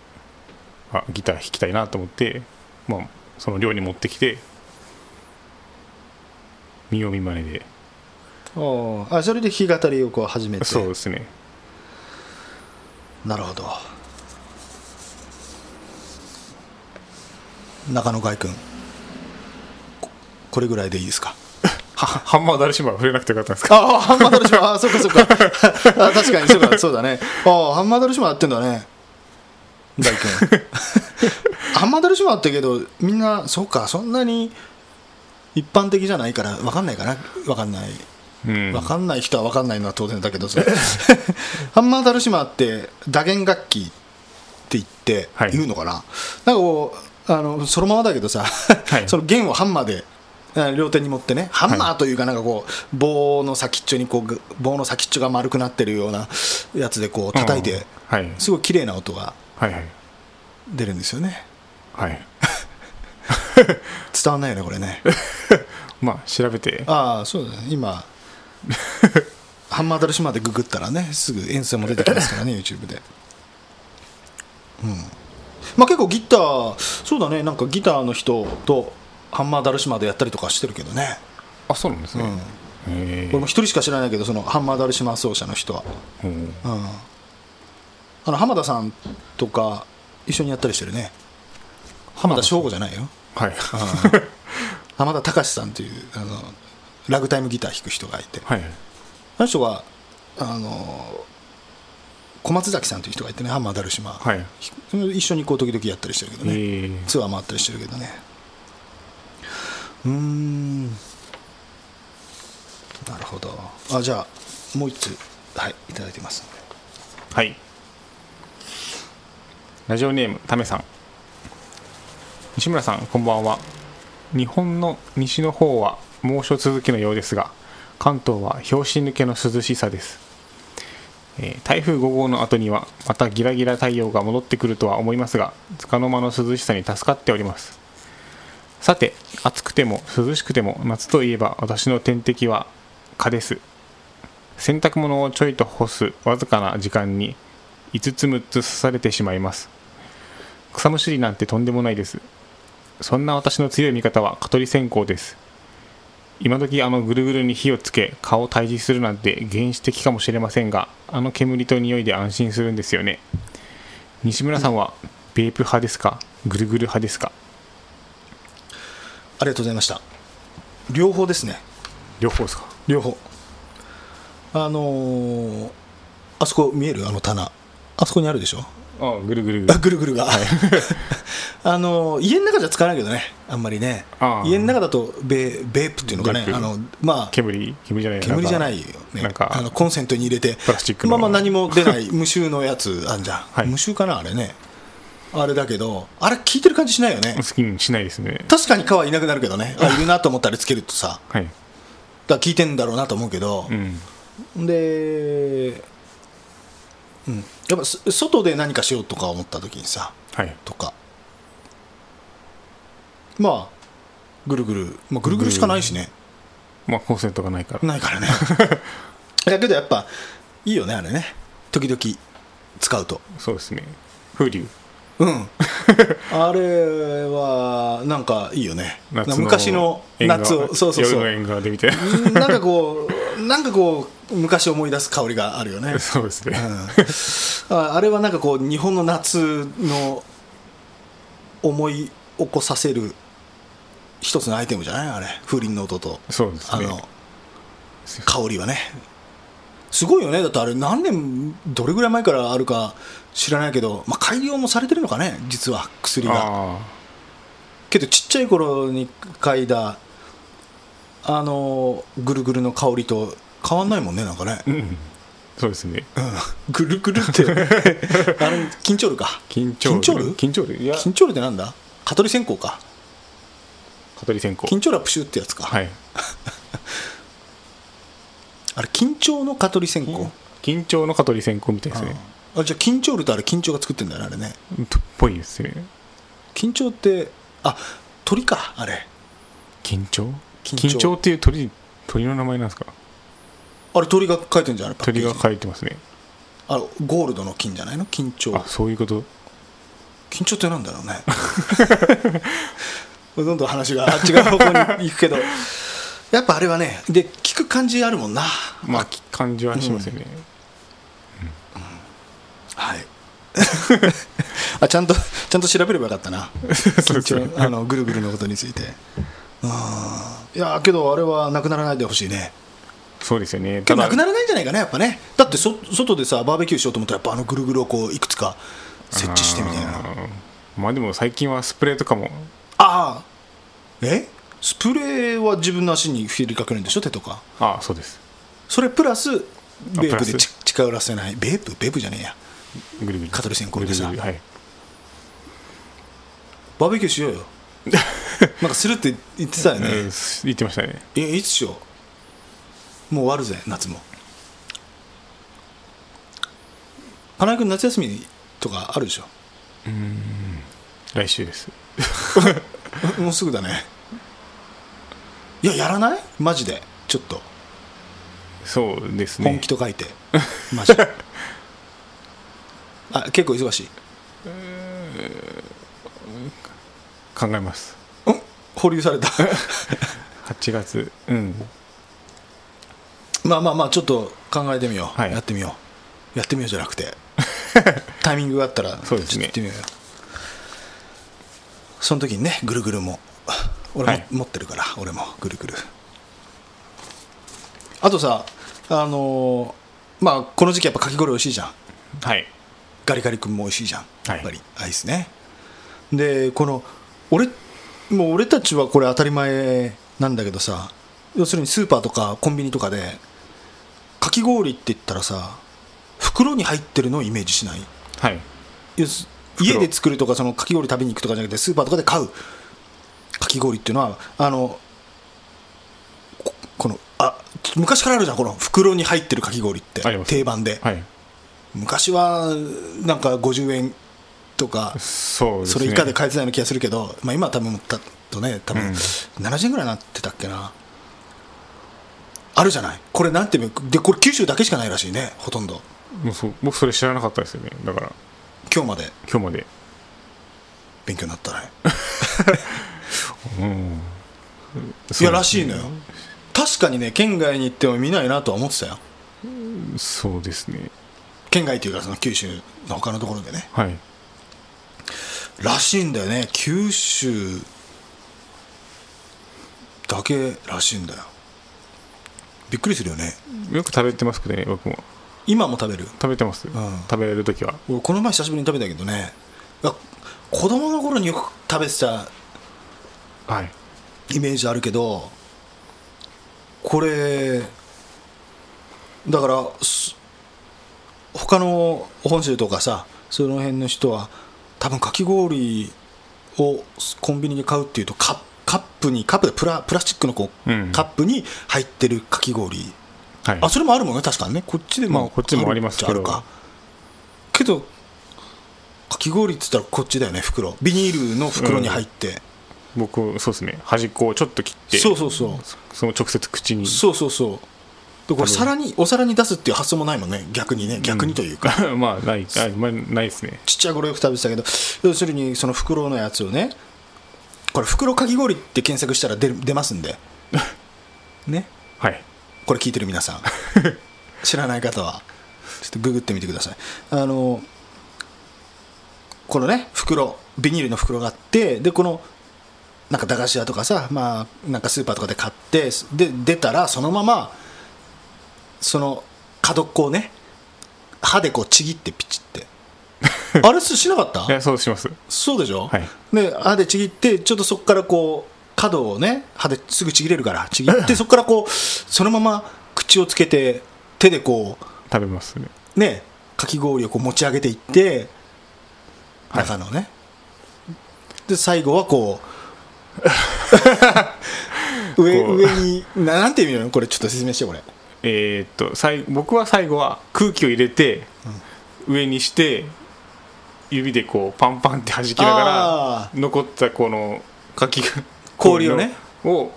[SPEAKER 3] あギター弾きたいなと思って、まあ、その寮に持ってきて見よう見まねで
[SPEAKER 2] あああそれで弾き語りをこう始めて
[SPEAKER 3] そうですね
[SPEAKER 2] なるほど中野外君ここれぐらいでいいですか
[SPEAKER 3] はハンマーダルシマー触れなくてよかったんですか
[SPEAKER 2] ああ、ハンマードルシマああ、そうかそうか。 あ確かにそう か、そうだね。ああ、ハンマードルシマやってんだね。大君。 ハンマードルシマあったけど、みんな、そうか、そんなに一般的じゃないから、わかんないかな。わかんない。
[SPEAKER 3] うん
[SPEAKER 2] わかんない人はわかんないのは当然だけど、それ ハンマーダルシマって打弦楽器って言って
[SPEAKER 3] はい
[SPEAKER 2] 言うのかな、なんかこうあのそのままだけどさ、
[SPEAKER 3] い
[SPEAKER 2] その弦をハンマーであ両手に持ってねハンマーというかなんかこう棒の先っちょにこうぐ棒の先っちょが丸くなってるようなやつでこう叩い
[SPEAKER 3] うん
[SPEAKER 2] て
[SPEAKER 3] はい
[SPEAKER 2] すごい綺麗な音が
[SPEAKER 3] はいはい
[SPEAKER 2] 出るんですよね
[SPEAKER 3] はい
[SPEAKER 2] 伝わんないよねこれね
[SPEAKER 3] まあ調べて
[SPEAKER 2] ああそうだね今 ハンマーダルシマーでググったらねすぐ演奏も出てきますからね YouTube で。まあ、結構ギターそうだねなんかギターの人とハンマーダルシマーでやったりとかしてるけどね、
[SPEAKER 3] あそうなんですね、へえ
[SPEAKER 2] 俺も一人しか知らないけどそのハンマーダルシマー奏者の人は、
[SPEAKER 3] うん
[SPEAKER 2] うん、あの浜田さんとか一緒にやったりしてるね浜田省吾じゃないよ
[SPEAKER 3] はい
[SPEAKER 2] 浜田隆さんというあのラグタイムギター弾く人がいて
[SPEAKER 3] はい
[SPEAKER 2] あの人はあの小松崎さんという人がいてねハンマーダルシマー、
[SPEAKER 3] はい
[SPEAKER 2] 一緒にこう時々やったりしてるけどね、
[SPEAKER 3] ええ
[SPEAKER 2] ツアー回ったりしてるけどねうーんなるほどあじゃあもう一つはいいただいてますので
[SPEAKER 3] はい。ラジオネーム、ためさん。西村さん、こんばんは。日本の西の方は猛暑続きのようですが、関東は拍子抜けの涼しさです。えー台風5号の後には、またギラギラ太陽が戻ってくるとは思いますが、束の間の涼しさに助かっております。さて、暑くても涼しくても夏といえば私の天敵は蚊です。洗濯物をちょいと干すわずかな時間に5つ6つ刺されてしまいます草むしりなんてとんでもないですそんな私の強い味方は蚊取り線香です今時あのぐるぐるに火をつけ蚊を退治するなんて原始的かもしれませんがあの煙と匂いで安心するんですよね西村さんはベープ派ですかぐるぐる派ですか
[SPEAKER 2] ありがとうございました両方ですね
[SPEAKER 3] 両方ですか
[SPEAKER 2] 両方あのーあそこ見えるあの棚あそこにあるでしょ
[SPEAKER 3] ああぐる ぐるぐ
[SPEAKER 2] あ
[SPEAKER 3] る
[SPEAKER 2] ぐるぐるが、あの家の中じゃ使わないけどねあんまりね
[SPEAKER 3] あー
[SPEAKER 2] 家の中だとベベープっていうのかね
[SPEAKER 3] ベープ
[SPEAKER 2] あのまあ
[SPEAKER 3] 煙煙じゃない
[SPEAKER 2] 煙じゃない
[SPEAKER 3] ん
[SPEAKER 2] よ
[SPEAKER 3] か、
[SPEAKER 2] ね、
[SPEAKER 3] なんか
[SPEAKER 2] あのコンセントに入れて
[SPEAKER 3] プラスチックの
[SPEAKER 2] まあまあ何も出ない無臭のやつあんじゃん、
[SPEAKER 3] はい
[SPEAKER 2] 無臭かなあれねあれだけどあれ効いてる感じしないよね
[SPEAKER 3] 好きにしないですね
[SPEAKER 2] 確かに蚊はいなくなるけどねあいるなと思ったらつけるとさ
[SPEAKER 3] はい
[SPEAKER 2] だから効いてんだろうなと思うけど
[SPEAKER 3] う、ん
[SPEAKER 2] で、うん、やっぱす外で何かしようとか思った時にさ
[SPEAKER 3] はい
[SPEAKER 2] とかまあぐるぐる、まあ、ぐるぐるしかないしね
[SPEAKER 3] まあコンセントがないから
[SPEAKER 2] ないから ねだけどやっぱいいよねあれね時々使うと
[SPEAKER 3] そうですね風流
[SPEAKER 2] うん あれはなんかいいよね
[SPEAKER 3] 夏の
[SPEAKER 2] 昔の
[SPEAKER 3] 縁側
[SPEAKER 2] 夏をそうそうそ
[SPEAKER 3] 夜の
[SPEAKER 2] う
[SPEAKER 3] 縁側でみたいな
[SPEAKER 2] なんかこうなんかこう昔思い出す香りがあるよ ね
[SPEAKER 3] そうですね、
[SPEAKER 2] うんああれはなんかこう日本の夏の思い起こさせる一つのアイテムじゃないあれ風鈴の音と
[SPEAKER 3] そうです
[SPEAKER 2] あ
[SPEAKER 3] ね
[SPEAKER 2] の香りはねすごいよねだってあれ何年どれぐらい前からあるか知らないけど、まあ、改良もされてるのかね実は薬が
[SPEAKER 3] あ
[SPEAKER 2] けどちっちゃい頃に嗅いだあのぐるぐるの香りと変わんないもんねなんかね
[SPEAKER 3] あうんそうですね
[SPEAKER 2] ぐるぐるって あれ緊張るか
[SPEAKER 3] 緊張
[SPEAKER 2] 緊張る
[SPEAKER 3] 緊張るいや
[SPEAKER 2] 緊張るってなんだ蚊取り線香か
[SPEAKER 3] 蚊取り線香
[SPEAKER 2] 緊張らプシュってやつか、
[SPEAKER 3] はい
[SPEAKER 2] あれ緊張の蚊取り線香
[SPEAKER 3] 緊張の蚊取り線香みたいですね
[SPEAKER 2] あじゃあ緊張るとあれ緊張が作ってんだよねあれね
[SPEAKER 3] うんとっぽいですね
[SPEAKER 2] 緊張ってあ鳥かあれ
[SPEAKER 3] 緊張
[SPEAKER 2] 緊
[SPEAKER 3] 緊
[SPEAKER 2] 張
[SPEAKER 3] 張っていう鳥鳥の名前なんですか
[SPEAKER 2] あれ鳥が書いてんじゃない
[SPEAKER 3] 鳥が
[SPEAKER 2] い
[SPEAKER 3] 書いてますね
[SPEAKER 2] あのゴールドの金じゃないの緊張
[SPEAKER 3] あそういうこと
[SPEAKER 2] 緊張ってなんだろうね どんどん話が違う方向に行くけどやっぱあれはねで聞く感じあるもんな
[SPEAKER 3] まあ感じはしますよね
[SPEAKER 2] はい。 あちゃんとちゃんと調べればよかった な、緊張あのぐるぐるのことについて。うんいやーけど、あれはなくならないでほしいね。
[SPEAKER 3] そうですよね
[SPEAKER 2] け
[SPEAKER 3] た
[SPEAKER 2] ど
[SPEAKER 3] だ
[SPEAKER 2] なくならないんじゃないかな、やっぱね。だってそ、外でさ、バーベキューしようと思ったら、やっぱあのぐるぐるをこういくつか設置してみたいな。あ
[SPEAKER 3] あーまあでも最近はスプレーとかも
[SPEAKER 2] あー、えスプレーは自分の足に振りかけるんでしょ、手とか。
[SPEAKER 3] ああそうです
[SPEAKER 2] それプラス、ベープ
[SPEAKER 3] プ
[SPEAKER 2] で
[SPEAKER 3] ラ
[SPEAKER 2] ち
[SPEAKER 3] ス
[SPEAKER 2] 近寄らせない、ベープ、ベープじゃねえや、
[SPEAKER 3] ぐるぐる
[SPEAKER 2] 蚊取り線香でさ
[SPEAKER 3] ぐるぐるはい
[SPEAKER 2] バーベキューしよ うよ。なんかするって言ってたよね。
[SPEAKER 3] うん言ってましたね
[SPEAKER 2] いやいつしようもう終わるぜ夏も金井君夏休みとかあるでしょ
[SPEAKER 3] 来週です
[SPEAKER 2] えもうすぐだねいややらないマジでちょっと
[SPEAKER 3] そうですね
[SPEAKER 2] 本気と書いて、マジであ結構忙しい
[SPEAKER 3] 考えます
[SPEAKER 2] うん保留された
[SPEAKER 3] 8月うん
[SPEAKER 2] まあまあまあちょっと考えてみよう、
[SPEAKER 3] はい
[SPEAKER 2] やってみようやってみようじゃなく てタイミングがあったら
[SPEAKER 3] そうですね
[SPEAKER 2] ちょっとやってみようよその時にねぐるぐるも俺も、
[SPEAKER 3] はい
[SPEAKER 2] 持ってるから俺もぐるぐるあとさあのーまあこの時期やっぱかき氷美味しいじゃん
[SPEAKER 3] はい
[SPEAKER 2] ガリガリ君も美味しいじゃん
[SPEAKER 3] は
[SPEAKER 2] や
[SPEAKER 3] い
[SPEAKER 2] っぱり、アイスねでこの俺もう俺たちはこれ当たり前なんだけどさ要するにスーパーとかコンビニとかでかき氷って言ったらさ袋に入ってるのをイメージしない
[SPEAKER 3] はい
[SPEAKER 2] 要す家で作るとかそのかき氷食べに行くとかじゃなくてスーパーとかで買うかき氷っていうのはあのここのあ昔からあるじゃんこの袋に入ってるかき氷って
[SPEAKER 3] あります
[SPEAKER 2] 定番で、
[SPEAKER 3] はい
[SPEAKER 2] 昔はなんか50円とか
[SPEAKER 3] そうです
[SPEAKER 2] そ
[SPEAKER 3] ね
[SPEAKER 2] れ以下で買えてたような気がするけど、まあ、今は多分たとね多分
[SPEAKER 3] うん
[SPEAKER 2] 70円ぐらいになってたっけな、あるじゃないこれなんていうのでこれ九州だけしかないらしいねほとんど
[SPEAKER 3] もうそう僕それ知らなかったですよねだから
[SPEAKER 2] 今日まで
[SPEAKER 3] 今日まで
[SPEAKER 2] 勉強にな ったねい
[SPEAKER 3] そう
[SPEAKER 2] やらしいのよ確かにね県外に行っても見ないなとは思ってたよ
[SPEAKER 3] そうですね
[SPEAKER 2] 県外というかその九州の他のところでね
[SPEAKER 3] はい
[SPEAKER 2] らしいんだよね九州だけらしいんだよびっくりするよね
[SPEAKER 3] よく食べてますけどね僕も
[SPEAKER 2] 今も食べる
[SPEAKER 3] 食べてます、
[SPEAKER 2] ん
[SPEAKER 3] 食べれる時は
[SPEAKER 2] 俺この前久しぶりに食べたけどねいや子供の頃によく食べてた
[SPEAKER 3] はい
[SPEAKER 2] イメージあるけどこれだからす他の本州とかさその辺の人は多分かき氷をコンビニで買うっていうとカッカップにカップでプラプラスチックのこう、
[SPEAKER 3] うん
[SPEAKER 2] カップに入ってるかき氷
[SPEAKER 3] はい
[SPEAKER 2] あそれもあるもんね確かにねこっちでも、
[SPEAKER 3] まあこっちもあります
[SPEAKER 2] けどある
[SPEAKER 3] これは
[SPEAKER 2] かけどかき氷っつったらこっちだよね袋ビニールの袋に入って、
[SPEAKER 3] 僕そうですね端っこをちょっと切って
[SPEAKER 2] そうそうそう
[SPEAKER 3] その直接口に
[SPEAKER 2] そうそうそうでこれ皿にお皿に出すっていう発想もないもんね逆にね逆にというか、
[SPEAKER 3] まあないあまあないですね
[SPEAKER 2] ちっちゃい頃よく食べてたけど要するにその袋のやつをねこれ袋かき氷って検索したら出る出ますん でね
[SPEAKER 3] はい
[SPEAKER 2] これ聞いてる皆さん知らない方はちょっとググってみてくださいあのこのね袋ビニールの袋があってでこのなんか駄菓子屋とかさ、まあ、なんかスーパーとかで買ってで出たらそのままその角っこをね歯でこうちぎってピチってあれすしなかった
[SPEAKER 3] いやそうします
[SPEAKER 2] そうでしょ、
[SPEAKER 3] はい
[SPEAKER 2] で歯でちぎってちょっとそこからこう角をね歯ですぐちぎれるからちぎ ってそこからこうそのまま口をつけて手でこ
[SPEAKER 3] 食べますね
[SPEAKER 2] うねかき氷をこう持ち上げていって
[SPEAKER 3] はい
[SPEAKER 2] 中のね、で最後はこ う上
[SPEAKER 3] こう
[SPEAKER 2] 上にななんていう意味なのこれちょっと説明してこれ
[SPEAKER 3] えーっとさい僕は最後は空気を入れて、上にして指でこうパンパンって弾きなが
[SPEAKER 2] あ
[SPEAKER 3] ら残ったこのか き
[SPEAKER 2] 氷をね
[SPEAKER 3] 氷を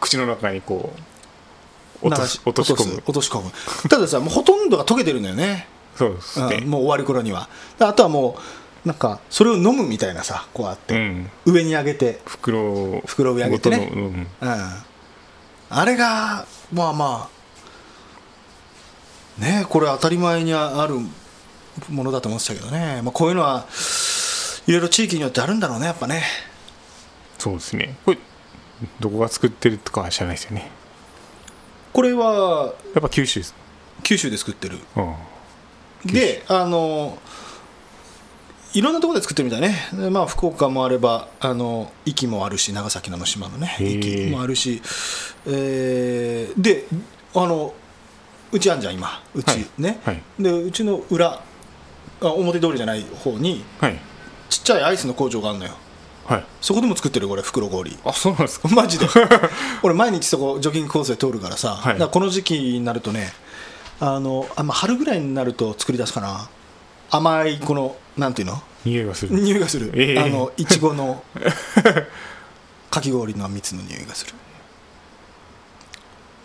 [SPEAKER 3] 口の中にこう落とし
[SPEAKER 2] 流
[SPEAKER 3] 落とし込む
[SPEAKER 2] 落とし込むたださもうほとんどが溶けてるんだよね
[SPEAKER 3] そうですね
[SPEAKER 2] うんもう終わる頃にはであとはもうなんかそれを飲むみたいなさこうあっ
[SPEAKER 3] う
[SPEAKER 2] て、
[SPEAKER 3] ん
[SPEAKER 2] 上に上げて、
[SPEAKER 3] 袋を
[SPEAKER 2] 袋を上げてね
[SPEAKER 3] ごとのうん
[SPEAKER 2] うん、あれがまあまあねえこれ当たり前にあるものだと思ってたけどね、まあ、こういうのはいろいろ地域によってあるんだろうねやっぱね
[SPEAKER 3] そうですねこれどこが作ってるとかは知らないですよね
[SPEAKER 2] これは
[SPEAKER 3] やっぱ九州です、
[SPEAKER 2] 九州で作ってる
[SPEAKER 3] うん、
[SPEAKER 2] であのいろんなところで作ってるみたいね、でまあ、福岡もあればあの壱岐もあるし長崎のあの島のね
[SPEAKER 3] へ
[SPEAKER 2] 壱
[SPEAKER 3] ー
[SPEAKER 2] 岐もあるし、えーであのうちあんじゃん今うち、
[SPEAKER 3] はい
[SPEAKER 2] ね、
[SPEAKER 3] はい
[SPEAKER 2] でうちの裏あ表通りじゃない方に
[SPEAKER 3] はい
[SPEAKER 2] ちっちゃいアイスの工場があるのよ
[SPEAKER 3] はい
[SPEAKER 2] そこでも作ってるこれ袋氷
[SPEAKER 3] あそうなんですか
[SPEAKER 2] マジで俺毎日そこジョギングコースで通るからさ、
[SPEAKER 3] はい
[SPEAKER 2] だからこの時期になるとねあのあ、まあ、春ぐらいになると作り出すかな甘いこのなんていうの
[SPEAKER 3] 匂いがする
[SPEAKER 2] 匂いがする、
[SPEAKER 3] ええ
[SPEAKER 2] あのいちごの かき氷の蜜の匂いがする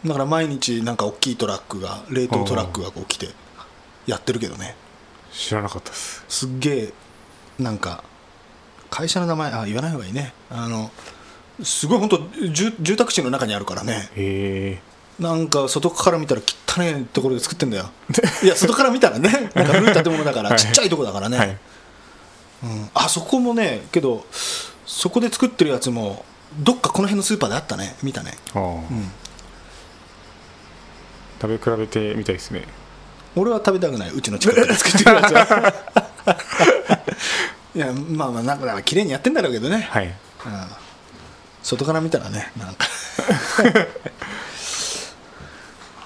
[SPEAKER 2] だから毎日なんか大きいトラックが冷凍トラックがこう来てやってるけどね
[SPEAKER 3] 知らなかったです
[SPEAKER 2] すっげえなんか会社の名前あ言わない方がいいねあのすごい本当住住宅地の中にあるからね
[SPEAKER 3] へえ
[SPEAKER 2] なんか外から見たら汚いところで作ってん だよいや外から見たらねなんか古い建物だから、
[SPEAKER 3] はい
[SPEAKER 2] ちっちゃいとこだからね、
[SPEAKER 3] はい
[SPEAKER 2] うんあそこもねけどそこで作ってるやつもどっかこの辺のスーパーであったね見たね
[SPEAKER 3] ああ、食べ比べてみたいですね
[SPEAKER 2] 俺は食べたくないうちの近くで作ってるやつ はいやまあまあなんか綺麗にやってんだろうけどね、
[SPEAKER 3] はい
[SPEAKER 2] うん外から見たらねなん か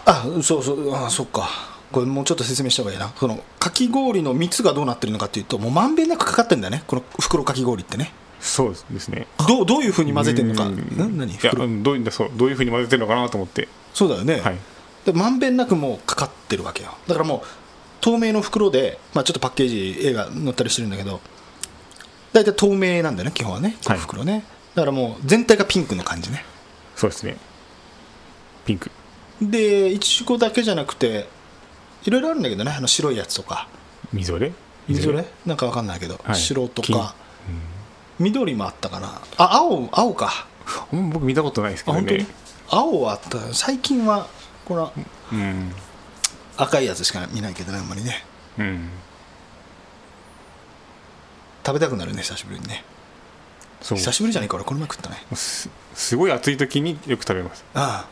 [SPEAKER 2] あそうそうあそっかこれもうちょっと説明した方がいいなこのかき氷の蜜がどうなってるのかっていうともうまんべんなくかかってんだよねこの袋かき氷ってね
[SPEAKER 3] そうですね
[SPEAKER 2] どうどういうふうに混ぜてるのか
[SPEAKER 3] うん
[SPEAKER 2] ん何
[SPEAKER 3] いや
[SPEAKER 2] 袋
[SPEAKER 3] うんどういうんだそうどういうふうに混ぜてるのかなと思って
[SPEAKER 2] そうだよね、
[SPEAKER 3] はい
[SPEAKER 2] でまんべんなくもうかかってるわけよだからもう透明の袋で、まあ、ちょっとパッケージ絵が載ったりしてるんだけど大体透明なんだよね基本はねこの袋ね、だからもう全体がピンクの感じね
[SPEAKER 3] そうですねピンク
[SPEAKER 2] でいちごだけじゃなくていろいろあるんだけどねあの白いやつとか
[SPEAKER 3] みぞれ
[SPEAKER 2] みぞれなんかわかんないけど、
[SPEAKER 3] はい
[SPEAKER 2] 白と
[SPEAKER 3] 金
[SPEAKER 2] か、緑もあったかなあ青青か
[SPEAKER 3] あんま僕見たことないですけ
[SPEAKER 2] あ
[SPEAKER 3] ど
[SPEAKER 2] 本当に
[SPEAKER 3] ね
[SPEAKER 2] 青はあった最近はこの
[SPEAKER 3] うん
[SPEAKER 2] 赤いやつしか見ないけどねあんまりね
[SPEAKER 3] うん
[SPEAKER 2] 食べたくなるね久しぶりにね
[SPEAKER 3] そう
[SPEAKER 2] 久しぶりじゃねえからこの前食ったね
[SPEAKER 3] すすごい暑い時によく食べます
[SPEAKER 2] あ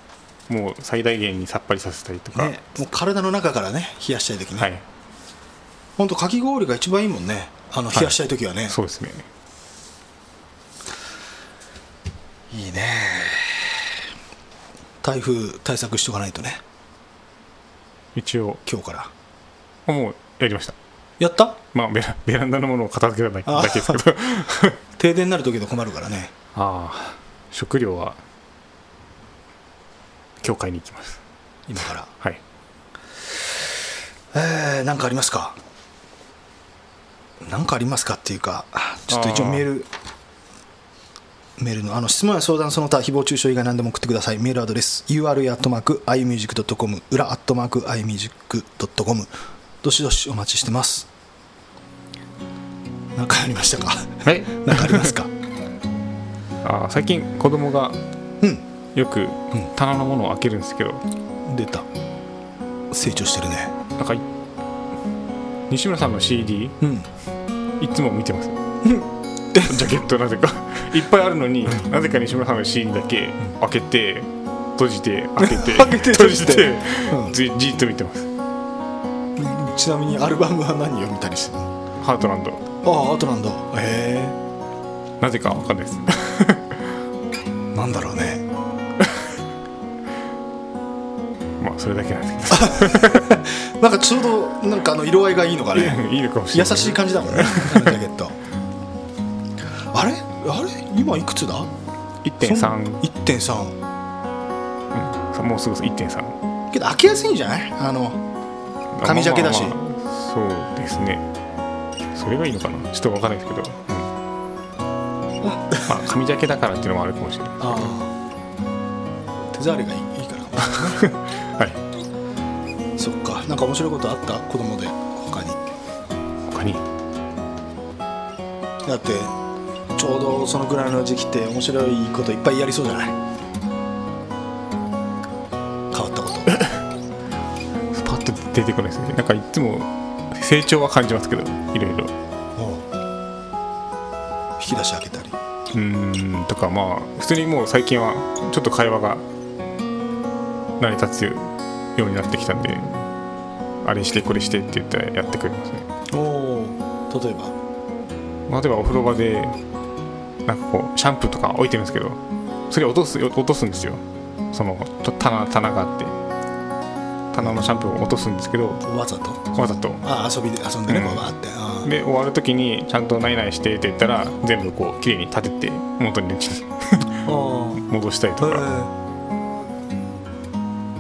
[SPEAKER 3] もう最大限にさっぱりさせたりと
[SPEAKER 2] あ
[SPEAKER 3] か、
[SPEAKER 2] ねもう体の中からね冷やしたい時ね、
[SPEAKER 3] はい
[SPEAKER 2] ほんとかき氷が一番いいもんねあの
[SPEAKER 3] はい
[SPEAKER 2] 冷やしたい時はね、
[SPEAKER 3] そうですね
[SPEAKER 2] いいね台風対策しとかないとね
[SPEAKER 3] 一応
[SPEAKER 2] 今日から
[SPEAKER 3] あもうやりました
[SPEAKER 2] やった
[SPEAKER 3] まあベラベランダのものを片付けただけ
[SPEAKER 2] あ
[SPEAKER 3] だけです けど
[SPEAKER 2] 停電になる時で困るからね
[SPEAKER 3] ああ食料は今日買いに行きます
[SPEAKER 2] 今から
[SPEAKER 3] はい
[SPEAKER 2] えー、なんかありますかなんかありますかっていうかちょっと一応
[SPEAKER 3] あー
[SPEAKER 2] メールメールのあの質問や相談その他誹謗中傷以外何でも送ってくださいメールアドレス URA アットマーク iMusic.com 裏アットマーク iMusic.com どしどしお待ちしてますなんかありましたか
[SPEAKER 3] はい
[SPEAKER 2] なんかあります か
[SPEAKER 3] あー最近子供が
[SPEAKER 2] うん
[SPEAKER 3] よく棚のものを開けるんですけど、
[SPEAKER 2] 出た成長してるね
[SPEAKER 3] なんかい西村さんの CD
[SPEAKER 2] うん
[SPEAKER 3] いつも見てます ジャケットなぜか いっぱいあるのになぜか西村さんの CD だけ開けて閉じて開けて
[SPEAKER 2] 開けて閉
[SPEAKER 3] 閉
[SPEAKER 2] じ
[SPEAKER 3] じ
[SPEAKER 2] て
[SPEAKER 3] てじじっと見てます
[SPEAKER 2] ちなみにアルバムは何を見たりしてるの
[SPEAKER 3] ハートランド
[SPEAKER 2] あああとなんだへえ
[SPEAKER 3] なぜかわかんないです
[SPEAKER 2] なんだろうね
[SPEAKER 3] まあそれだけなんです
[SPEAKER 2] なんかちょうどなんかあの色合いがいいのが
[SPEAKER 3] け
[SPEAKER 2] ね
[SPEAKER 3] どいいのかもし
[SPEAKER 2] 優
[SPEAKER 3] れない
[SPEAKER 2] しい感じだもんねあのジャケットあれあれ今いくつだ
[SPEAKER 3] 1.3
[SPEAKER 2] 1.3
[SPEAKER 3] もうすぐ1.3
[SPEAKER 2] けど開けやすいんじゃないあの紙ジャケだし
[SPEAKER 3] まあまあまあそうですねそれがいいのかなちょっとわかんないですけど、うんまあ紙ジャケだからっていうのもあるかもしれない
[SPEAKER 2] 手触りがいいいいから
[SPEAKER 3] はい
[SPEAKER 2] そっかなんか面白いことあった子供で他に
[SPEAKER 3] 他に
[SPEAKER 2] だってちょうどそのぐらいの時期って面白いこといっぱいやりそうじゃない変わったこと
[SPEAKER 3] スパッと出てこないですねなんかいつも成長は感じますけどいろいろう
[SPEAKER 2] もう引き出し開けたり
[SPEAKER 3] ーんとかまあ普通にもう最近はちょっと会話が成り立つようになってきたんであれしてこれしてって言ったらやってくれますね
[SPEAKER 2] おお例えば
[SPEAKER 3] まあ例えばお風呂場でなんかこうシャンプーとか置いてるんですけどそれを落とす落とすんですよそのちょ棚棚があって棚のシャンプーを落とすんですけど
[SPEAKER 2] わざと
[SPEAKER 3] わざと
[SPEAKER 2] あ遊びで遊んでね
[SPEAKER 3] うん
[SPEAKER 2] こうバーってあ
[SPEAKER 3] で終わる時にちゃんと「ないないして」って言ったら全部こう綺麗に立てて元に
[SPEAKER 2] ー
[SPEAKER 3] 戻したりとか
[SPEAKER 2] あ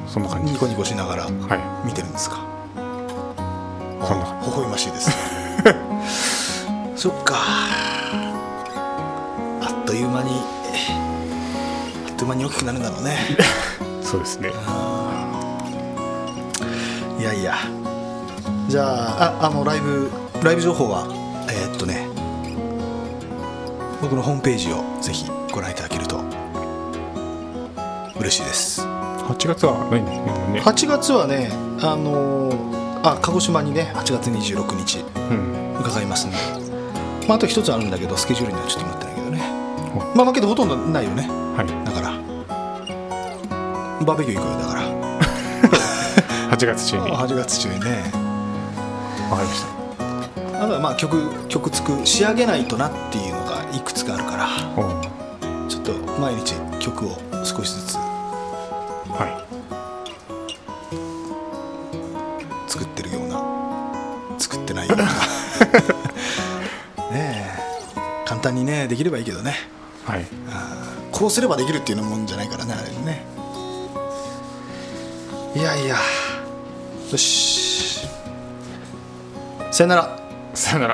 [SPEAKER 3] そんな
[SPEAKER 2] ー
[SPEAKER 3] 感じ
[SPEAKER 2] ニ
[SPEAKER 3] で
[SPEAKER 2] コ
[SPEAKER 3] す
[SPEAKER 2] ニコしながら
[SPEAKER 3] は
[SPEAKER 2] 見てるんですか
[SPEAKER 3] いそんな感
[SPEAKER 2] 微笑ましいですそっかあっという間にあっという間に大きくなるんだろうね
[SPEAKER 3] じそうですね
[SPEAKER 2] いやいやじゃあああのライブライブ情報はえーっとね僕のホームページをぜひご覧いただけると嬉しいです
[SPEAKER 3] 8月はないんですねも
[SPEAKER 2] 8月はね、あのーあ鹿児島にね8月26日
[SPEAKER 3] うね
[SPEAKER 2] 伺いますね、まあ、あと一つあるんだけどスケジュールにはちょっと持ってないけどね
[SPEAKER 3] お
[SPEAKER 2] まあまあけどほとんどないよね
[SPEAKER 3] うんはい
[SPEAKER 2] だからバーベキュー行くよだから
[SPEAKER 3] 8月中にわか
[SPEAKER 2] 8月中にね
[SPEAKER 3] りまし
[SPEAKER 2] あとはまあ曲曲作る仕上げないとなっていうのがいくつかあるから
[SPEAKER 3] たおう
[SPEAKER 2] ちょっと毎日曲を少しずつ
[SPEAKER 3] は
[SPEAKER 2] 作ってるような作ってないようなねえ簡単にねできればいいけどね
[SPEAKER 3] いはい
[SPEAKER 2] こうすればできるっていうのもんじゃないからねあれねいやいやよしさよなら
[SPEAKER 3] さよなら